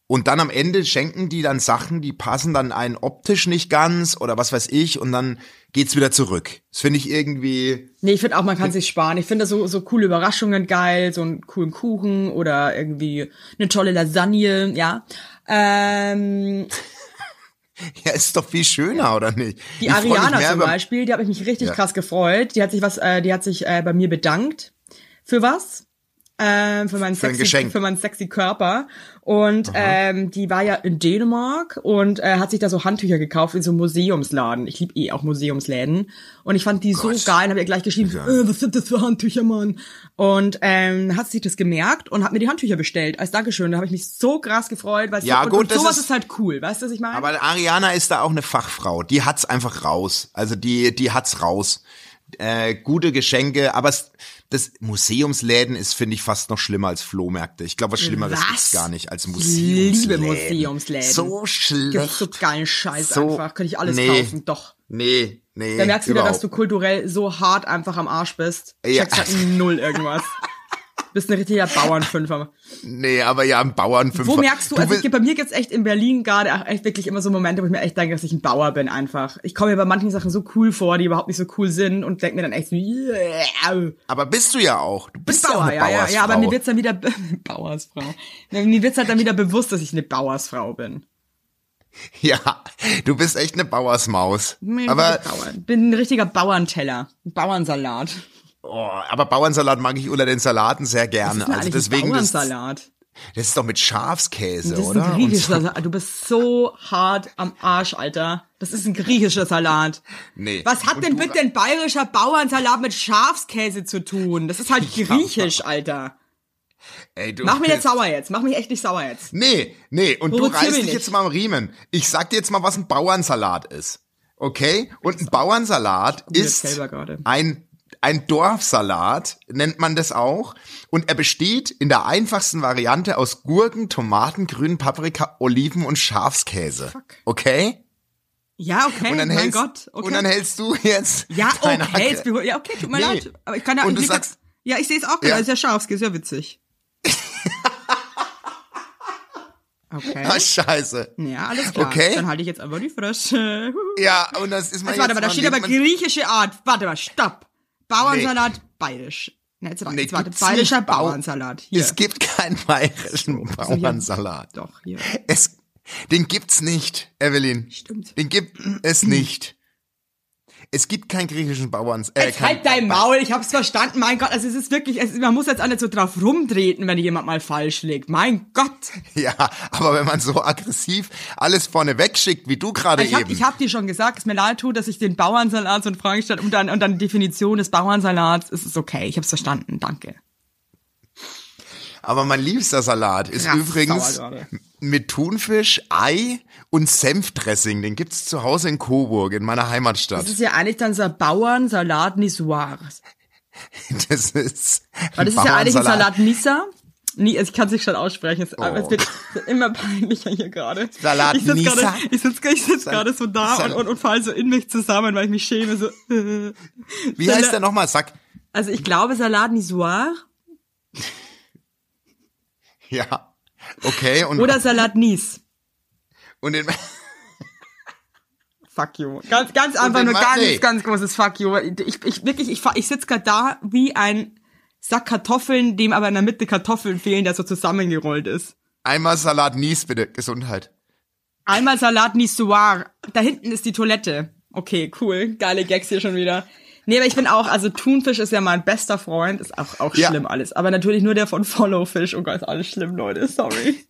[SPEAKER 2] Und dann am Ende schenken die dann Sachen, die passen dann einen optisch nicht ganz oder was weiß ich und dann geht's wieder zurück. Das finde ich irgendwie,
[SPEAKER 3] Nee, ich finde auch, man kann sich sparen. Ich finde so, so coole Überraschungen geil, so einen coolen Kuchen oder irgendwie eine tolle Lasagne, ja. Ähm,
[SPEAKER 2] ja, ist doch viel schöner, oder nicht?
[SPEAKER 3] die
[SPEAKER 2] Ich freu mich
[SPEAKER 3] Ariana
[SPEAKER 2] mehr
[SPEAKER 3] zum
[SPEAKER 2] über-
[SPEAKER 3] Beispiel, die habe ich mich richtig
[SPEAKER 2] Ja.
[SPEAKER 3] krass gefreut. Die hat sich was, äh, die hat sich äh, bei mir bedankt. Für was? Ähm, für meinen
[SPEAKER 2] Für ein
[SPEAKER 3] sexy,
[SPEAKER 2] Geschenk.
[SPEAKER 3] für meinen sexy Körper. Und ähm, die war ja in Dänemark und äh, hat sich da so Handtücher gekauft in so einem Museumsladen. Ich liebe eh auch Museumsläden. Und ich fand die
[SPEAKER 2] Gott.
[SPEAKER 3] so geil und habe ihr gleich geschrieben,
[SPEAKER 2] Ja.
[SPEAKER 3] äh, was sind das für Handtücher, Mann? Und ähm, hat sich das gemerkt und hat mir die Handtücher bestellt als Dankeschön. Da habe ich mich so krass gefreut, weil
[SPEAKER 2] Ja,
[SPEAKER 3] so,
[SPEAKER 2] gut,
[SPEAKER 3] und, und
[SPEAKER 2] das
[SPEAKER 3] sowas
[SPEAKER 2] ist-
[SPEAKER 3] ist, halt cool, weißt du, was ich meine?
[SPEAKER 2] Aber Ariana ist da auch eine Fachfrau. Die hat's einfach raus. Also die, die hat's raus. Äh, gute Geschenke, aber s- das Museumsläden ist, finde ich, fast noch schlimmer als Flohmärkte. Ich glaube, was Schlimmeres
[SPEAKER 3] Was?
[SPEAKER 2] gibt's gar nicht als Museumsläden.
[SPEAKER 3] liebe Museumsläden.
[SPEAKER 2] So
[SPEAKER 3] Gibt's so
[SPEAKER 2] schlecht.
[SPEAKER 3] geilen Scheiß
[SPEAKER 2] So-
[SPEAKER 3] einfach. Könnte ich alles
[SPEAKER 2] nee.
[SPEAKER 3] kaufen, doch.
[SPEAKER 2] Nee, nee.
[SPEAKER 3] Da merkst du wieder, dass
[SPEAKER 2] überhaupt.
[SPEAKER 3] du kulturell so hart einfach am Arsch bist.
[SPEAKER 2] Ja.
[SPEAKER 3] Checkst halt null irgendwas. bist ein richtiger Bauernfünfer.
[SPEAKER 2] Nee, aber ja, ein Bauernfünfer.
[SPEAKER 3] Wo merkst du, also
[SPEAKER 2] bist-
[SPEAKER 3] ich, bei mir gibt's echt in Berlin gerade auch echt wirklich immer so Momente, wo ich mir echt denke, dass ich ein Bauer bin einfach. Ich komme mir bei manchen Sachen so cool vor, die überhaupt nicht so cool sind und denke mir dann echt so, yeah.
[SPEAKER 2] aber bist du ja auch. Du bist ja auch
[SPEAKER 3] Bauer,
[SPEAKER 2] eine
[SPEAKER 3] ja, ja, ja, aber
[SPEAKER 2] Bauersfrau.
[SPEAKER 3] mir wird's dann wieder, Bauersfrau. Mir wird's halt dann wieder bewusst, dass ich eine Bauersfrau bin.
[SPEAKER 2] Ja, du bist echt eine Bauersmaus.
[SPEAKER 3] Nee,
[SPEAKER 2] aber
[SPEAKER 3] ich bin Bauern. bin ein richtiger Bauernteller, ein Bauernsalat.
[SPEAKER 2] Oh, aber Bauernsalat mag ich unter den Salaten sehr gerne.
[SPEAKER 3] Das ist
[SPEAKER 2] Also
[SPEAKER 3] eigentlich
[SPEAKER 2] deswegen
[SPEAKER 3] ein
[SPEAKER 2] das, das
[SPEAKER 3] Bauernsalat.
[SPEAKER 2] ist doch mit Schafskäse,
[SPEAKER 3] Das ist
[SPEAKER 2] oder?
[SPEAKER 3] ein
[SPEAKER 2] Und
[SPEAKER 3] griechischer
[SPEAKER 2] so-
[SPEAKER 3] Salat. Du bist so hart am Arsch, Alter. Das ist ein griechischer Salat.
[SPEAKER 2] Nee.
[SPEAKER 3] Was hat
[SPEAKER 2] Und
[SPEAKER 3] denn
[SPEAKER 2] du-
[SPEAKER 3] bitte ein bayerischer Bauernsalat mit Schafskäse zu tun? Das ist halt griechisch, Alter.
[SPEAKER 2] Ey, du
[SPEAKER 3] Mach mich
[SPEAKER 2] bist-
[SPEAKER 3] nicht sauer jetzt. Mach mich echt nicht sauer jetzt.
[SPEAKER 2] Nee, nee, und du
[SPEAKER 3] Provozier
[SPEAKER 2] reißt
[SPEAKER 3] mich
[SPEAKER 2] dich
[SPEAKER 3] nicht.
[SPEAKER 2] jetzt mal am Riemen. Ich sag dir jetzt mal, was ein Bauernsalat ist. Okay? Und ein Bauernsalat
[SPEAKER 3] mir
[SPEAKER 2] ist
[SPEAKER 3] selber gerade.
[SPEAKER 2] ein ein Dorfsalat nennt man das auch und er besteht in der einfachsten Variante aus Gurken, Tomaten, grünen Paprika, Oliven und Schafskäse. Okay?
[SPEAKER 3] Ja, okay.
[SPEAKER 2] Und dann
[SPEAKER 3] mein
[SPEAKER 2] hältst,
[SPEAKER 3] Gott. Okay.
[SPEAKER 2] und dann hältst du jetzt
[SPEAKER 3] ja,
[SPEAKER 2] deine
[SPEAKER 3] okay. Jetzt,
[SPEAKER 2] Hacke.
[SPEAKER 3] beruh- ja, okay. Tut mir
[SPEAKER 2] Nee.
[SPEAKER 3] leid. Aber ich kann ja
[SPEAKER 2] Und
[SPEAKER 3] ich
[SPEAKER 2] du
[SPEAKER 3] lieg da-
[SPEAKER 2] sagst-
[SPEAKER 3] Ja, ich sehe es auch gerade.
[SPEAKER 2] Ja.
[SPEAKER 3] Das ist ja Schafskäse. Ist ja witzig. Okay.
[SPEAKER 2] Ah, scheiße.
[SPEAKER 3] Ja, alles klar.
[SPEAKER 2] Okay.
[SPEAKER 3] Dann halte ich jetzt einfach die Fresse.
[SPEAKER 2] Ja, und das ist man
[SPEAKER 3] Jetzt, Also warte mal, da
[SPEAKER 2] man
[SPEAKER 3] steht aber
[SPEAKER 2] denkt man,
[SPEAKER 3] griechische Art. Warte mal, stopp. Bauernsalat, bayerisch. Ne, jetzt, warte,
[SPEAKER 2] Nee,
[SPEAKER 3] jetzt warte,
[SPEAKER 2] gibt's
[SPEAKER 3] bayerischer
[SPEAKER 2] nicht. Bau-
[SPEAKER 3] Bauernsalat. Hier.
[SPEAKER 2] Es gibt keinen bayerischen
[SPEAKER 3] hier.
[SPEAKER 2] Bauernsalat.
[SPEAKER 3] Doch, hier.
[SPEAKER 2] Es, den gibt's nicht, Evelyn.
[SPEAKER 3] Stimmt.
[SPEAKER 2] Den gibt es nicht. Es gibt keinen griechischen Bauern. Äh,
[SPEAKER 3] Jetzt
[SPEAKER 2] kein-
[SPEAKER 3] halt dein Maul, ich hab's verstanden. Mein Gott, also es ist wirklich, es, ist- man muss jetzt auch nicht so drauf rumtreten, wenn jemand mal falsch liegt. Mein Gott.
[SPEAKER 2] Ja, aber wenn man so aggressiv alles vorne wegschickt, wie du gerade
[SPEAKER 3] Ich hab,
[SPEAKER 2] eben.
[SPEAKER 3] ich hab dir schon gesagt, es mir leid tut, dass ich den Bauernsalat so in Frage stelle und dann, und dann die Definition des Bauernsalats. Es ist okay, ich hab's verstanden, danke.
[SPEAKER 2] aber mein liebster Salat ist
[SPEAKER 3] Krass,
[SPEAKER 2] übrigens
[SPEAKER 3] sauer gerade.
[SPEAKER 2] mit Thunfisch, Ei und Senfdressing. Den gibt's zu Hause in Coburg, in meiner Heimatstadt.
[SPEAKER 3] Das ist ja eigentlich dann so ein Bauernsalat Nisoires.
[SPEAKER 2] Das ist.
[SPEAKER 3] Weil das ist ja eigentlich
[SPEAKER 2] Bauernsalat.
[SPEAKER 3] ein Salat Nisa. Nie, also ich kann es nicht schon aussprechen. Es,
[SPEAKER 2] Oh.
[SPEAKER 3] es wird immer peinlicher hier gerade.
[SPEAKER 2] Salat
[SPEAKER 3] ich sitz
[SPEAKER 2] Nisa?
[SPEAKER 3] Gerade, ich sitze sitz gerade so da
[SPEAKER 2] Sal-
[SPEAKER 3] und, und, und falle so in mich zusammen, weil ich mich schäme. So. äh.
[SPEAKER 2] Wie heißt der nochmal? Sag.
[SPEAKER 3] Also ich glaube Salat Nisoir
[SPEAKER 2] Ja. Okay, und,
[SPEAKER 3] oder Salat Nis.
[SPEAKER 2] und den,
[SPEAKER 3] Fuck you. Ganz, ganz einfach
[SPEAKER 2] den
[SPEAKER 3] nur
[SPEAKER 2] Mann-
[SPEAKER 3] ganz,
[SPEAKER 2] nee.
[SPEAKER 3] ganz großes Fuck you. Ich, ich wirklich, ich, fa- ich sitze gerade da wie ein Sack Kartoffeln, dem aber in der Mitte Kartoffeln fehlen, der so zusammengerollt ist.
[SPEAKER 2] einmal Salat Nies, bitte. Gesundheit.
[SPEAKER 3] Einmal Salat Nisoir. Da hinten ist die Toilette. Okay, cool. Geile Gags hier schon wieder. Nee, aber ich bin auch, also Thunfisch ist ja mein bester Freund, ist auch, auch
[SPEAKER 2] Ja.
[SPEAKER 3] schlimm alles. Aber natürlich nur der von Followfish. Oh Gott, ist alles schlimm, Leute, sorry.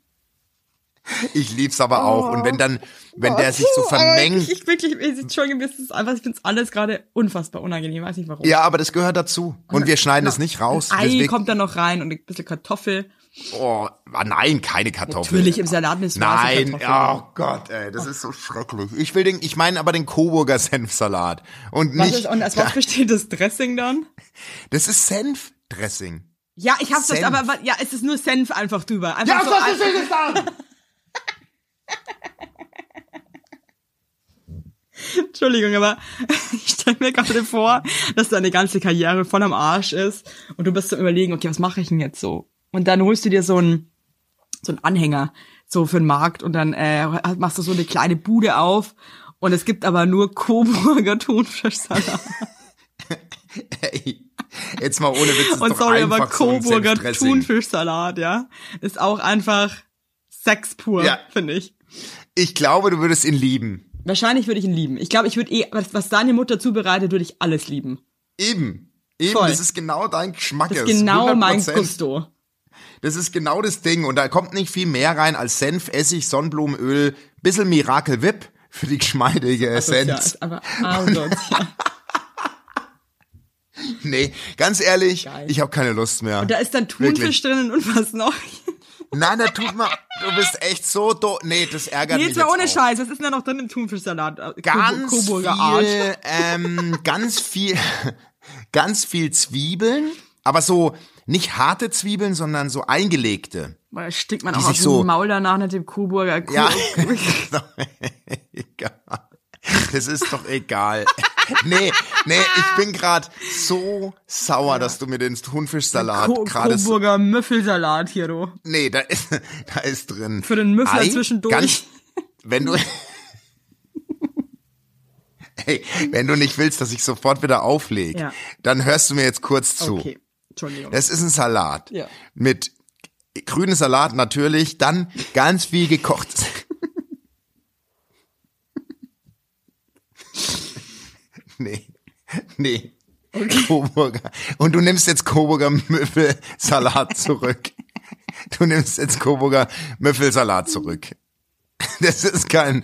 [SPEAKER 2] Ich lieb's aber auch. Und wenn dann, wenn der sich so
[SPEAKER 3] Puh, aber
[SPEAKER 2] vermengt.
[SPEAKER 3] Ich, ich wirklich, ich, Entschuldigung, mir ist es einfach, ich find's alles gerade unfassbar unangenehm, weiß nicht warum.
[SPEAKER 2] ja, aber das gehört dazu. Und wir schneiden es nicht raus.
[SPEAKER 3] Ei
[SPEAKER 2] Deswegen-
[SPEAKER 3] kommt da noch rein und ein bisschen Kartoffel.
[SPEAKER 2] Oh, ah, nein, keine Kartoffeln.
[SPEAKER 3] Natürlich, im Salat mit Spaß
[SPEAKER 2] Nein,
[SPEAKER 3] und Kartoffeln.
[SPEAKER 2] oh Gott, ey, das ist so schrecklich. Ich will den, ich meine aber den Coburger Senfsalat. Und
[SPEAKER 3] Was
[SPEAKER 2] nicht,
[SPEAKER 3] ist, und aus was besteht das Dressing dann?
[SPEAKER 2] das ist Senfdressing.
[SPEAKER 3] Ja, ich hab's das,
[SPEAKER 2] Senf.
[SPEAKER 3] aber ja, es ist nur Senf einfach drüber. Einfach so also- ein-
[SPEAKER 2] es dann?
[SPEAKER 3] Entschuldigung, aber ich stelle mir gerade vor, dass deine ganze Karriere voll am Arsch ist und du bist so am überlegen, okay, was mache ich denn jetzt so? Und dann holst du dir so einen, so einen Anhänger so für den Markt und dann äh, machst du so eine kleine Bude auf und es gibt aber nur Coburger Thunfischsalat.
[SPEAKER 2] Ey, jetzt mal ohne Witz. ist
[SPEAKER 3] Und
[SPEAKER 2] doch
[SPEAKER 3] sorry, aber
[SPEAKER 2] einfach so ein
[SPEAKER 3] Coburger
[SPEAKER 2] Senfdressing.
[SPEAKER 3] Thunfischsalat, ja, ist auch einfach Sex pur,
[SPEAKER 2] Ja.
[SPEAKER 3] finde ich.
[SPEAKER 2] Ich glaube, du würdest ihn lieben.
[SPEAKER 3] Wahrscheinlich würde ich ihn lieben. Ich glaube, ich würde eh, was, was deine Mutter zubereitet, würde ich alles lieben.
[SPEAKER 2] Eben. Eben,
[SPEAKER 3] Voll.
[SPEAKER 2] das ist genau dein Geschmack.
[SPEAKER 3] Das ist genau mein
[SPEAKER 2] 100%.
[SPEAKER 3] Gusto.
[SPEAKER 2] Das ist genau das Ding. Und da kommt nicht viel mehr rein als Senf, Essig, Sonnenblumenöl, bisschen Miracle Whip für die geschmeidige Essenz.
[SPEAKER 3] Ja, ist aber ah, oh asozial.
[SPEAKER 2] Nee, ganz ehrlich,
[SPEAKER 3] Geil.
[SPEAKER 2] ich habe keine Lust mehr.
[SPEAKER 3] Da ist dann Thunfisch
[SPEAKER 2] Wirklich.
[SPEAKER 3] drinnen und was noch.
[SPEAKER 2] Nein, da tut man, du bist echt so do. Nee, das ärgert
[SPEAKER 3] Nee,
[SPEAKER 2] mich.
[SPEAKER 3] jetzt mal ohne
[SPEAKER 2] jetzt auch.
[SPEAKER 3] Scheiß. Was ist denn da noch drin im Thunfischsalat? Äh,
[SPEAKER 2] Ganz
[SPEAKER 3] Coburg-
[SPEAKER 2] viel,
[SPEAKER 3] Coburger Art.
[SPEAKER 2] ähm, ganz viel, ganz viel Zwiebeln, aber so nicht harte Zwiebeln, sondern so eingelegte.
[SPEAKER 3] Weil da stinkt man
[SPEAKER 2] die
[SPEAKER 3] auch
[SPEAKER 2] sich
[SPEAKER 3] aus
[SPEAKER 2] so-
[SPEAKER 3] dem Maul danach nach dem Coburger Kuh.
[SPEAKER 2] Ja. egal. Das ist doch egal. Nee, nee, ich bin gerade so sauer, dass du mir den Thunfischsalat
[SPEAKER 3] Ko
[SPEAKER 2] gerade so
[SPEAKER 3] Coburger Müffelsalat hier, du.
[SPEAKER 2] Nee, da ist, da ist drin.
[SPEAKER 3] Für den Müffler
[SPEAKER 2] Ei,
[SPEAKER 3] zwischendurch.
[SPEAKER 2] Ganz, wenn du. Hey, wenn du nicht willst, dass ich sofort wieder auflege,
[SPEAKER 3] Ja.
[SPEAKER 2] dann hörst du mir jetzt kurz zu.
[SPEAKER 3] Okay, Entschuldigung.
[SPEAKER 2] Das ist ein Salat.
[SPEAKER 3] Ja.
[SPEAKER 2] Mit grünen Salat natürlich, dann ganz viel gekocht. nee. Nee. Coburger. Und du nimmst jetzt Coburger Müffelsalat zurück. Du nimmst jetzt Coburger Müffelsalat zurück. Das ist kein.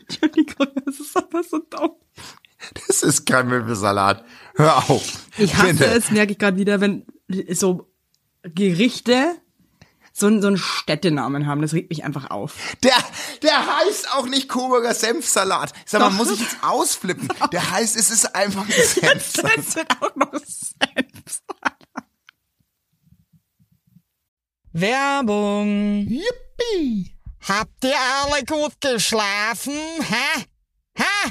[SPEAKER 3] Entschuldigung, das ist aber so dumm.
[SPEAKER 2] Das ist kein Müffelsalat. Hör auf.
[SPEAKER 3] Ich hasse
[SPEAKER 2] Bitte.
[SPEAKER 3] es, merke ich gerade wieder, wenn so Gerichte so, einen- so einen Städtenamen haben. Das regt mich einfach auf.
[SPEAKER 2] Der, der heißt auch nicht Coburger Senfsalat. Sag mal,
[SPEAKER 3] Doch.
[SPEAKER 2] muss ich jetzt ausflippen? Der heißt, es ist einfach ein Senfsalat.
[SPEAKER 3] Das wird auch noch selbst.
[SPEAKER 5] Werbung. Yippie. Habt ihr alle gut geschlafen? Hä? Hä?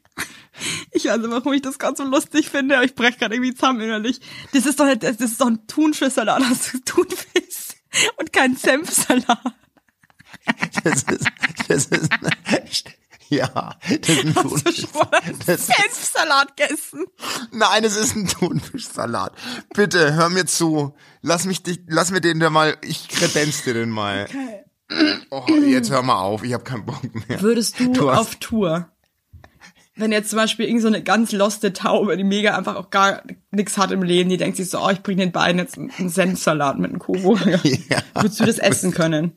[SPEAKER 3] Ich weiß nicht, warum ich das gerade so lustig finde, aber ich breche gerade irgendwie zusammen innerlich. Das ist doch, nicht- das das ist doch ein Thunfischsalat, das ist Thunfisch und kein Senfsalat.
[SPEAKER 2] Das ist, das ist,
[SPEAKER 6] Ja, das ist ein Thunfisch. Das ist,
[SPEAKER 7] Salat gegessen.
[SPEAKER 6] nein, es ist ein Thunfischsalat. Bitte, hör mir zu. Lass mich dich, lass mir den da mal, ich kredenz dir den mal. Oh, jetzt hör mal auf, ich habe keinen Bock mehr.
[SPEAKER 5] Würdest du,
[SPEAKER 6] Du hast-
[SPEAKER 5] auf Tour, wenn jetzt zum Beispiel irgend so eine ganz loste Taube, die mega einfach auch gar nichts hat im Leben, die denkt sich so, oh, ich bringe den beiden jetzt einen Senfsalat mit einem Kubo. Würdest du das essen können?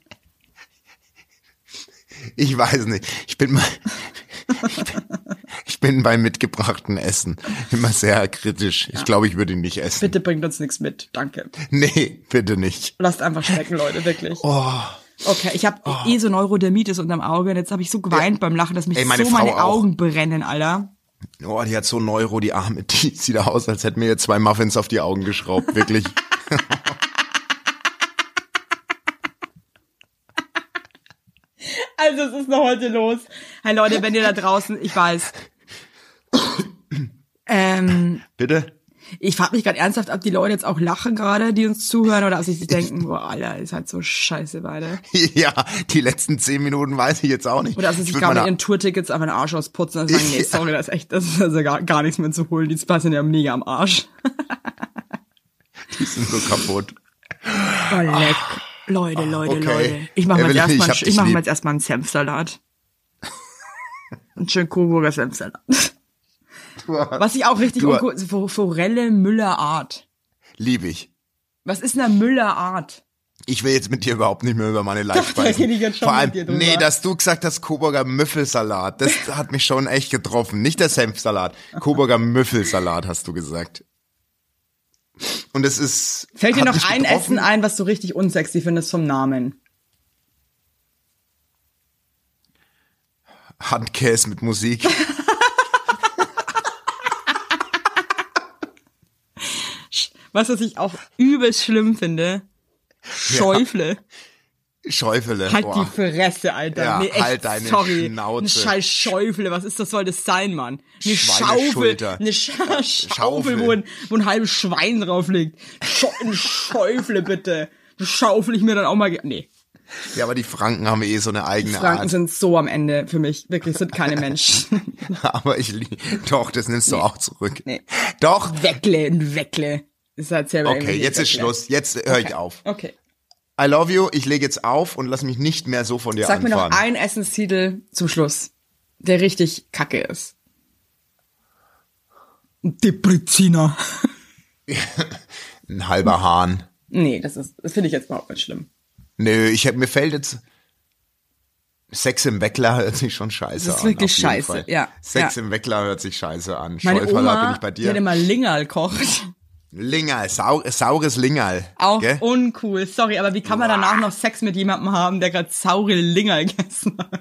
[SPEAKER 6] Ich weiß nicht. Ich bin mal, ich bin, ich bin bei mitgebrachten Essen immer sehr kritisch. Ich glaube, ich würde ihn nicht essen.
[SPEAKER 5] Bitte bringt uns nichts mit. Danke.
[SPEAKER 6] Nee, bitte nicht.
[SPEAKER 5] Lasst einfach schmecken, Leute, wirklich.
[SPEAKER 6] Oh.
[SPEAKER 5] Okay, ich habe eh so Neurodermitis unterm Auge und jetzt habe ich so geweint beim Lachen, dass mich
[SPEAKER 6] Ey, meine
[SPEAKER 5] so
[SPEAKER 6] Frau
[SPEAKER 5] meine
[SPEAKER 6] auch.
[SPEAKER 5] Augen brennen, Alter.
[SPEAKER 6] Oh, die hat so Neuro, die Arme. Die sieht aus, als hätten mir jetzt zwei Muffins auf die Augen geschraubt. Wirklich.
[SPEAKER 5] Also, es ist noch heute los. Hey Leute, wenn ihr da draußen, ich weiß. Ähm,
[SPEAKER 6] Bitte?
[SPEAKER 5] ich frage mich gerade ernsthaft, ob die Leute jetzt auch lachen gerade, die uns zuhören, oder ob sie sich denken, boah, Alter, ist halt so scheiße weiter.
[SPEAKER 6] Ja, die letzten zehn Minuten weiß ich jetzt auch nicht.
[SPEAKER 5] Oder ob sie sich
[SPEAKER 6] würd
[SPEAKER 5] gar mit
[SPEAKER 6] meine-
[SPEAKER 5] ihren Tourtickets einfach den Arsch ausputzen und sagen, nee,
[SPEAKER 6] Ja.
[SPEAKER 5] sorry, das ist echt, das ist also gar, gar nichts mehr zu holen. Die zwei sind ja mega am Arsch.
[SPEAKER 6] die sind so kaputt.
[SPEAKER 5] Oh, leck. Leute, Leute,
[SPEAKER 6] Ah, okay.
[SPEAKER 5] Leute. Ich mache mir jetzt
[SPEAKER 6] Evelyn, ich
[SPEAKER 5] erstmal
[SPEAKER 6] hab
[SPEAKER 5] ich
[SPEAKER 6] dich
[SPEAKER 5] ich mach
[SPEAKER 6] lieb.
[SPEAKER 5] mir jetzt erstmal einen Senfsalat. Einen schönen Coburger Senfsalat. Was ich auch richtig
[SPEAKER 6] du-
[SPEAKER 5] uncool, Fo- Forelle Müller Art.
[SPEAKER 6] Lieb ich.
[SPEAKER 5] Was ist eine Müller Art?
[SPEAKER 6] Ich will jetzt mit dir überhaupt nicht mehr über meine Live
[SPEAKER 5] da
[SPEAKER 6] sprechen.
[SPEAKER 5] rede ich jetzt schon
[SPEAKER 6] Vor allem,
[SPEAKER 5] mit dir drüber.
[SPEAKER 6] nee, dass du gesagt hast, Coburger Müffelsalat, das hat mich schon echt getroffen. Nicht der Senfsalat, Coburger Müffelsalat hast du gesagt. Und es ist.
[SPEAKER 5] Fällt dir
[SPEAKER 6] hat
[SPEAKER 5] noch
[SPEAKER 6] mich
[SPEAKER 5] ein
[SPEAKER 6] getroffen.
[SPEAKER 5] Essen ein, was du richtig unsexy findest vom Namen?
[SPEAKER 6] Handkäse mit Musik.
[SPEAKER 5] Was, was ich auch übelst schlimm finde? Schäufle.
[SPEAKER 6] Schäufele.
[SPEAKER 5] Halt
[SPEAKER 6] Boah.
[SPEAKER 5] die Fresse, Alter.
[SPEAKER 6] Ja,
[SPEAKER 5] nee, echt,
[SPEAKER 6] halt deine
[SPEAKER 5] sorry.
[SPEAKER 6] Schnauze.
[SPEAKER 5] Eine scheiß Schäufele, was ist das, soll das sein, Mann? Eine Schaufel,
[SPEAKER 6] Schweineschulter.
[SPEAKER 5] eine Sch Schaufel,
[SPEAKER 6] Schaufel.
[SPEAKER 5] wo ein, wo ein halbes Schwein drauf liegt. Sch eine Schäufle, bitte. Du schaufel ich mir dann auch mal, ge- nee.
[SPEAKER 6] Ja, aber die Franken haben eh so eine eigene
[SPEAKER 5] Franken
[SPEAKER 6] Art.
[SPEAKER 5] sind so am Ende für mich. Wirklich, sind keine Menschen.
[SPEAKER 6] aber ich lieb. Doch, das nimmst du auch zurück.
[SPEAKER 5] Nee.
[SPEAKER 6] Doch.
[SPEAKER 5] Weckle, ein Weckle. Ist halt selber
[SPEAKER 6] Okay,
[SPEAKER 5] irgendwie
[SPEAKER 6] jetzt ist
[SPEAKER 5] Weckle.
[SPEAKER 6] Schluss. Jetzt höre ich auf.
[SPEAKER 5] Okay.
[SPEAKER 6] I love you. Ich lege jetzt auf und lass mich nicht mehr so von dir
[SPEAKER 5] Sag mir
[SPEAKER 6] anfahren.
[SPEAKER 5] noch einen Essenstitel zum Schluss, der richtig kacke ist. Depreziner.
[SPEAKER 6] Ein halber Hahn.
[SPEAKER 5] Nee, das ist, das finde ich jetzt überhaupt nicht schlimm.
[SPEAKER 6] Nö, ich hab, mir fällt jetzt Sex im Weckler hört sich schon scheiße an.
[SPEAKER 5] Das ist wirklich
[SPEAKER 6] auf jeden
[SPEAKER 5] scheiße,
[SPEAKER 6] Fall.
[SPEAKER 5] ja,
[SPEAKER 6] Sex
[SPEAKER 5] ja.
[SPEAKER 6] im Weckler hört sich scheiße an.
[SPEAKER 5] Meine
[SPEAKER 6] Schäuferler
[SPEAKER 5] Oma,
[SPEAKER 6] bin ich bei
[SPEAKER 5] die hat
[SPEAKER 6] dir.
[SPEAKER 5] immer Lingerl kocht.
[SPEAKER 6] Lingal, sau, saures Lingal.
[SPEAKER 5] Auch
[SPEAKER 6] gell?
[SPEAKER 5] uncool. Sorry, aber wie kann man danach noch Sex mit jemandem haben, der gerade saure Lingerl gegessen hat?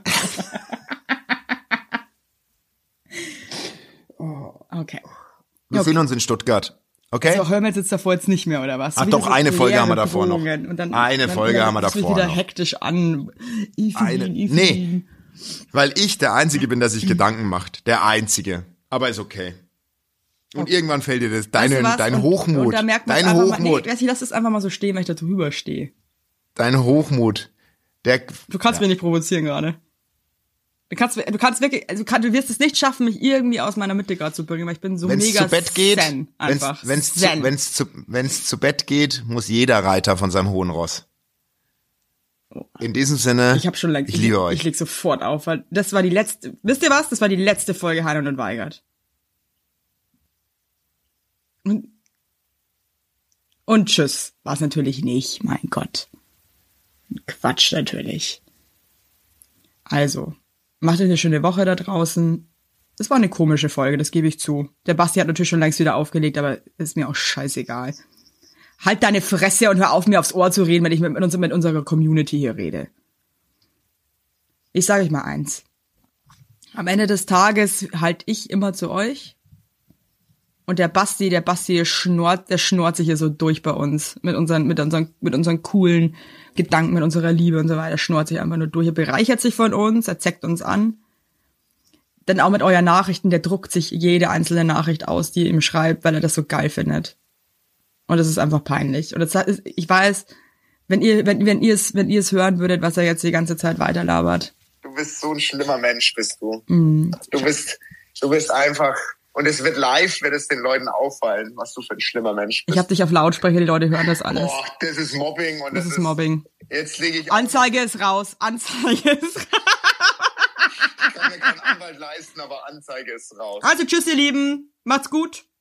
[SPEAKER 5] oh, okay. okay.
[SPEAKER 6] Wir
[SPEAKER 5] Also-
[SPEAKER 6] sehen uns in Stuttgart. Okay?
[SPEAKER 5] So, hören wir jetzt, jetzt davor jetzt nicht mehr, oder was?
[SPEAKER 6] Ach
[SPEAKER 5] Wie
[SPEAKER 6] doch,
[SPEAKER 5] das jetzt
[SPEAKER 6] eine
[SPEAKER 5] so
[SPEAKER 6] Folge
[SPEAKER 5] leere
[SPEAKER 6] haben wir davor noch.
[SPEAKER 5] Drohungen Und dann,
[SPEAKER 6] Eine
[SPEAKER 5] dann
[SPEAKER 6] Folge
[SPEAKER 5] wieder-
[SPEAKER 6] haben wir
[SPEAKER 5] das wird
[SPEAKER 6] davor
[SPEAKER 5] wieder
[SPEAKER 6] noch.
[SPEAKER 5] hektisch an.
[SPEAKER 6] Eine- nee. Weil ich der Einzige bin, der sich Gedanken macht. Der Einzige. Aber ist okay. Und irgendwann fällt dir das, deine,
[SPEAKER 5] Weißt du was?
[SPEAKER 6] dein
[SPEAKER 5] Und-
[SPEAKER 6] Hochmut,
[SPEAKER 5] Und da merkt man
[SPEAKER 6] dein
[SPEAKER 5] einfach Mal,
[SPEAKER 6] Hochmut,
[SPEAKER 5] nee, ich lass das einfach mal so stehen, weil ich da drüber stehe.
[SPEAKER 6] dein Hochmut, der,
[SPEAKER 5] Du kannst mich nicht provozieren gerade. Du kannst, du kannst wirklich, also du kannst, du wirst es nicht schaffen, mich irgendwie aus meiner Mitte gerade zu bringen, weil ich bin so
[SPEAKER 6] wenn es
[SPEAKER 5] mega
[SPEAKER 6] zu Bett geht,
[SPEAKER 5] zen einfach.
[SPEAKER 6] wenn es zu,
[SPEAKER 5] Zen.
[SPEAKER 6] wenn's zu, wenn's zu Bett geht, muss jeder Reiter von seinem hohen Ross. In diesem Sinne,
[SPEAKER 5] Oh. ich habe schon lange,
[SPEAKER 6] ne? ich liebe euch.
[SPEAKER 5] Ich leg sofort auf, weil das war die letzte. Wisst ihr was? Das war die letzte Folge Heinon und Weigert. Und, und tschüss. War es natürlich nicht. Mein Gott. Quatsch natürlich. Also, macht euch eine schöne Woche da draußen. Das war eine komische Folge, das gebe ich zu. Der Basti hat natürlich schon längst wieder aufgelegt, aber ist mir auch scheißegal. Halt deine Fresse und hör auf, mir aufs Ohr zu reden, wenn ich mit, mit, uns, mit unserer Community hier rede. Ich sage euch mal eins. Am Ende des Tages halt ich immer zu euch. Und der Basti, der Basti schnort, der schnort sich hier so durch bei uns. Mit unseren, mit unseren, mit unseren coolen Gedanken, mit unserer Liebe und so weiter. Schnort sich einfach nur durch. Er bereichert sich von uns, er zeckt uns an. Dann auch mit euren Nachrichten, der druckt sich jede einzelne Nachricht aus, die ihr ihm schreibt, weil er das so geil findet. Und das ist einfach peinlich. Und das ist, ich weiß, wenn ihr, wenn, wenn ihr es, wenn ihr es hören würdet, was er jetzt die ganze Zeit weiterlabert,
[SPEAKER 8] du bist so ein schlimmer Mensch, bist du.
[SPEAKER 5] Mhm.
[SPEAKER 8] Du bist, du bist einfach, und es wird live, wird es den Leuten auffallen, was du für ein schlimmer Mensch
[SPEAKER 5] Ich
[SPEAKER 8] bist.
[SPEAKER 5] habe dich auf Lautsprecher, die Leute hören das alles.
[SPEAKER 8] Boah, das ist Mobbing und
[SPEAKER 5] Das ist Mobbing.
[SPEAKER 8] Jetzt lege ich
[SPEAKER 5] Anzeige ist raus, Anzeige ist raus.
[SPEAKER 8] Ich kann mir keinen Anwalt leisten, aber Anzeige ist raus.
[SPEAKER 5] Also tschüss, ihr Lieben. Macht's gut.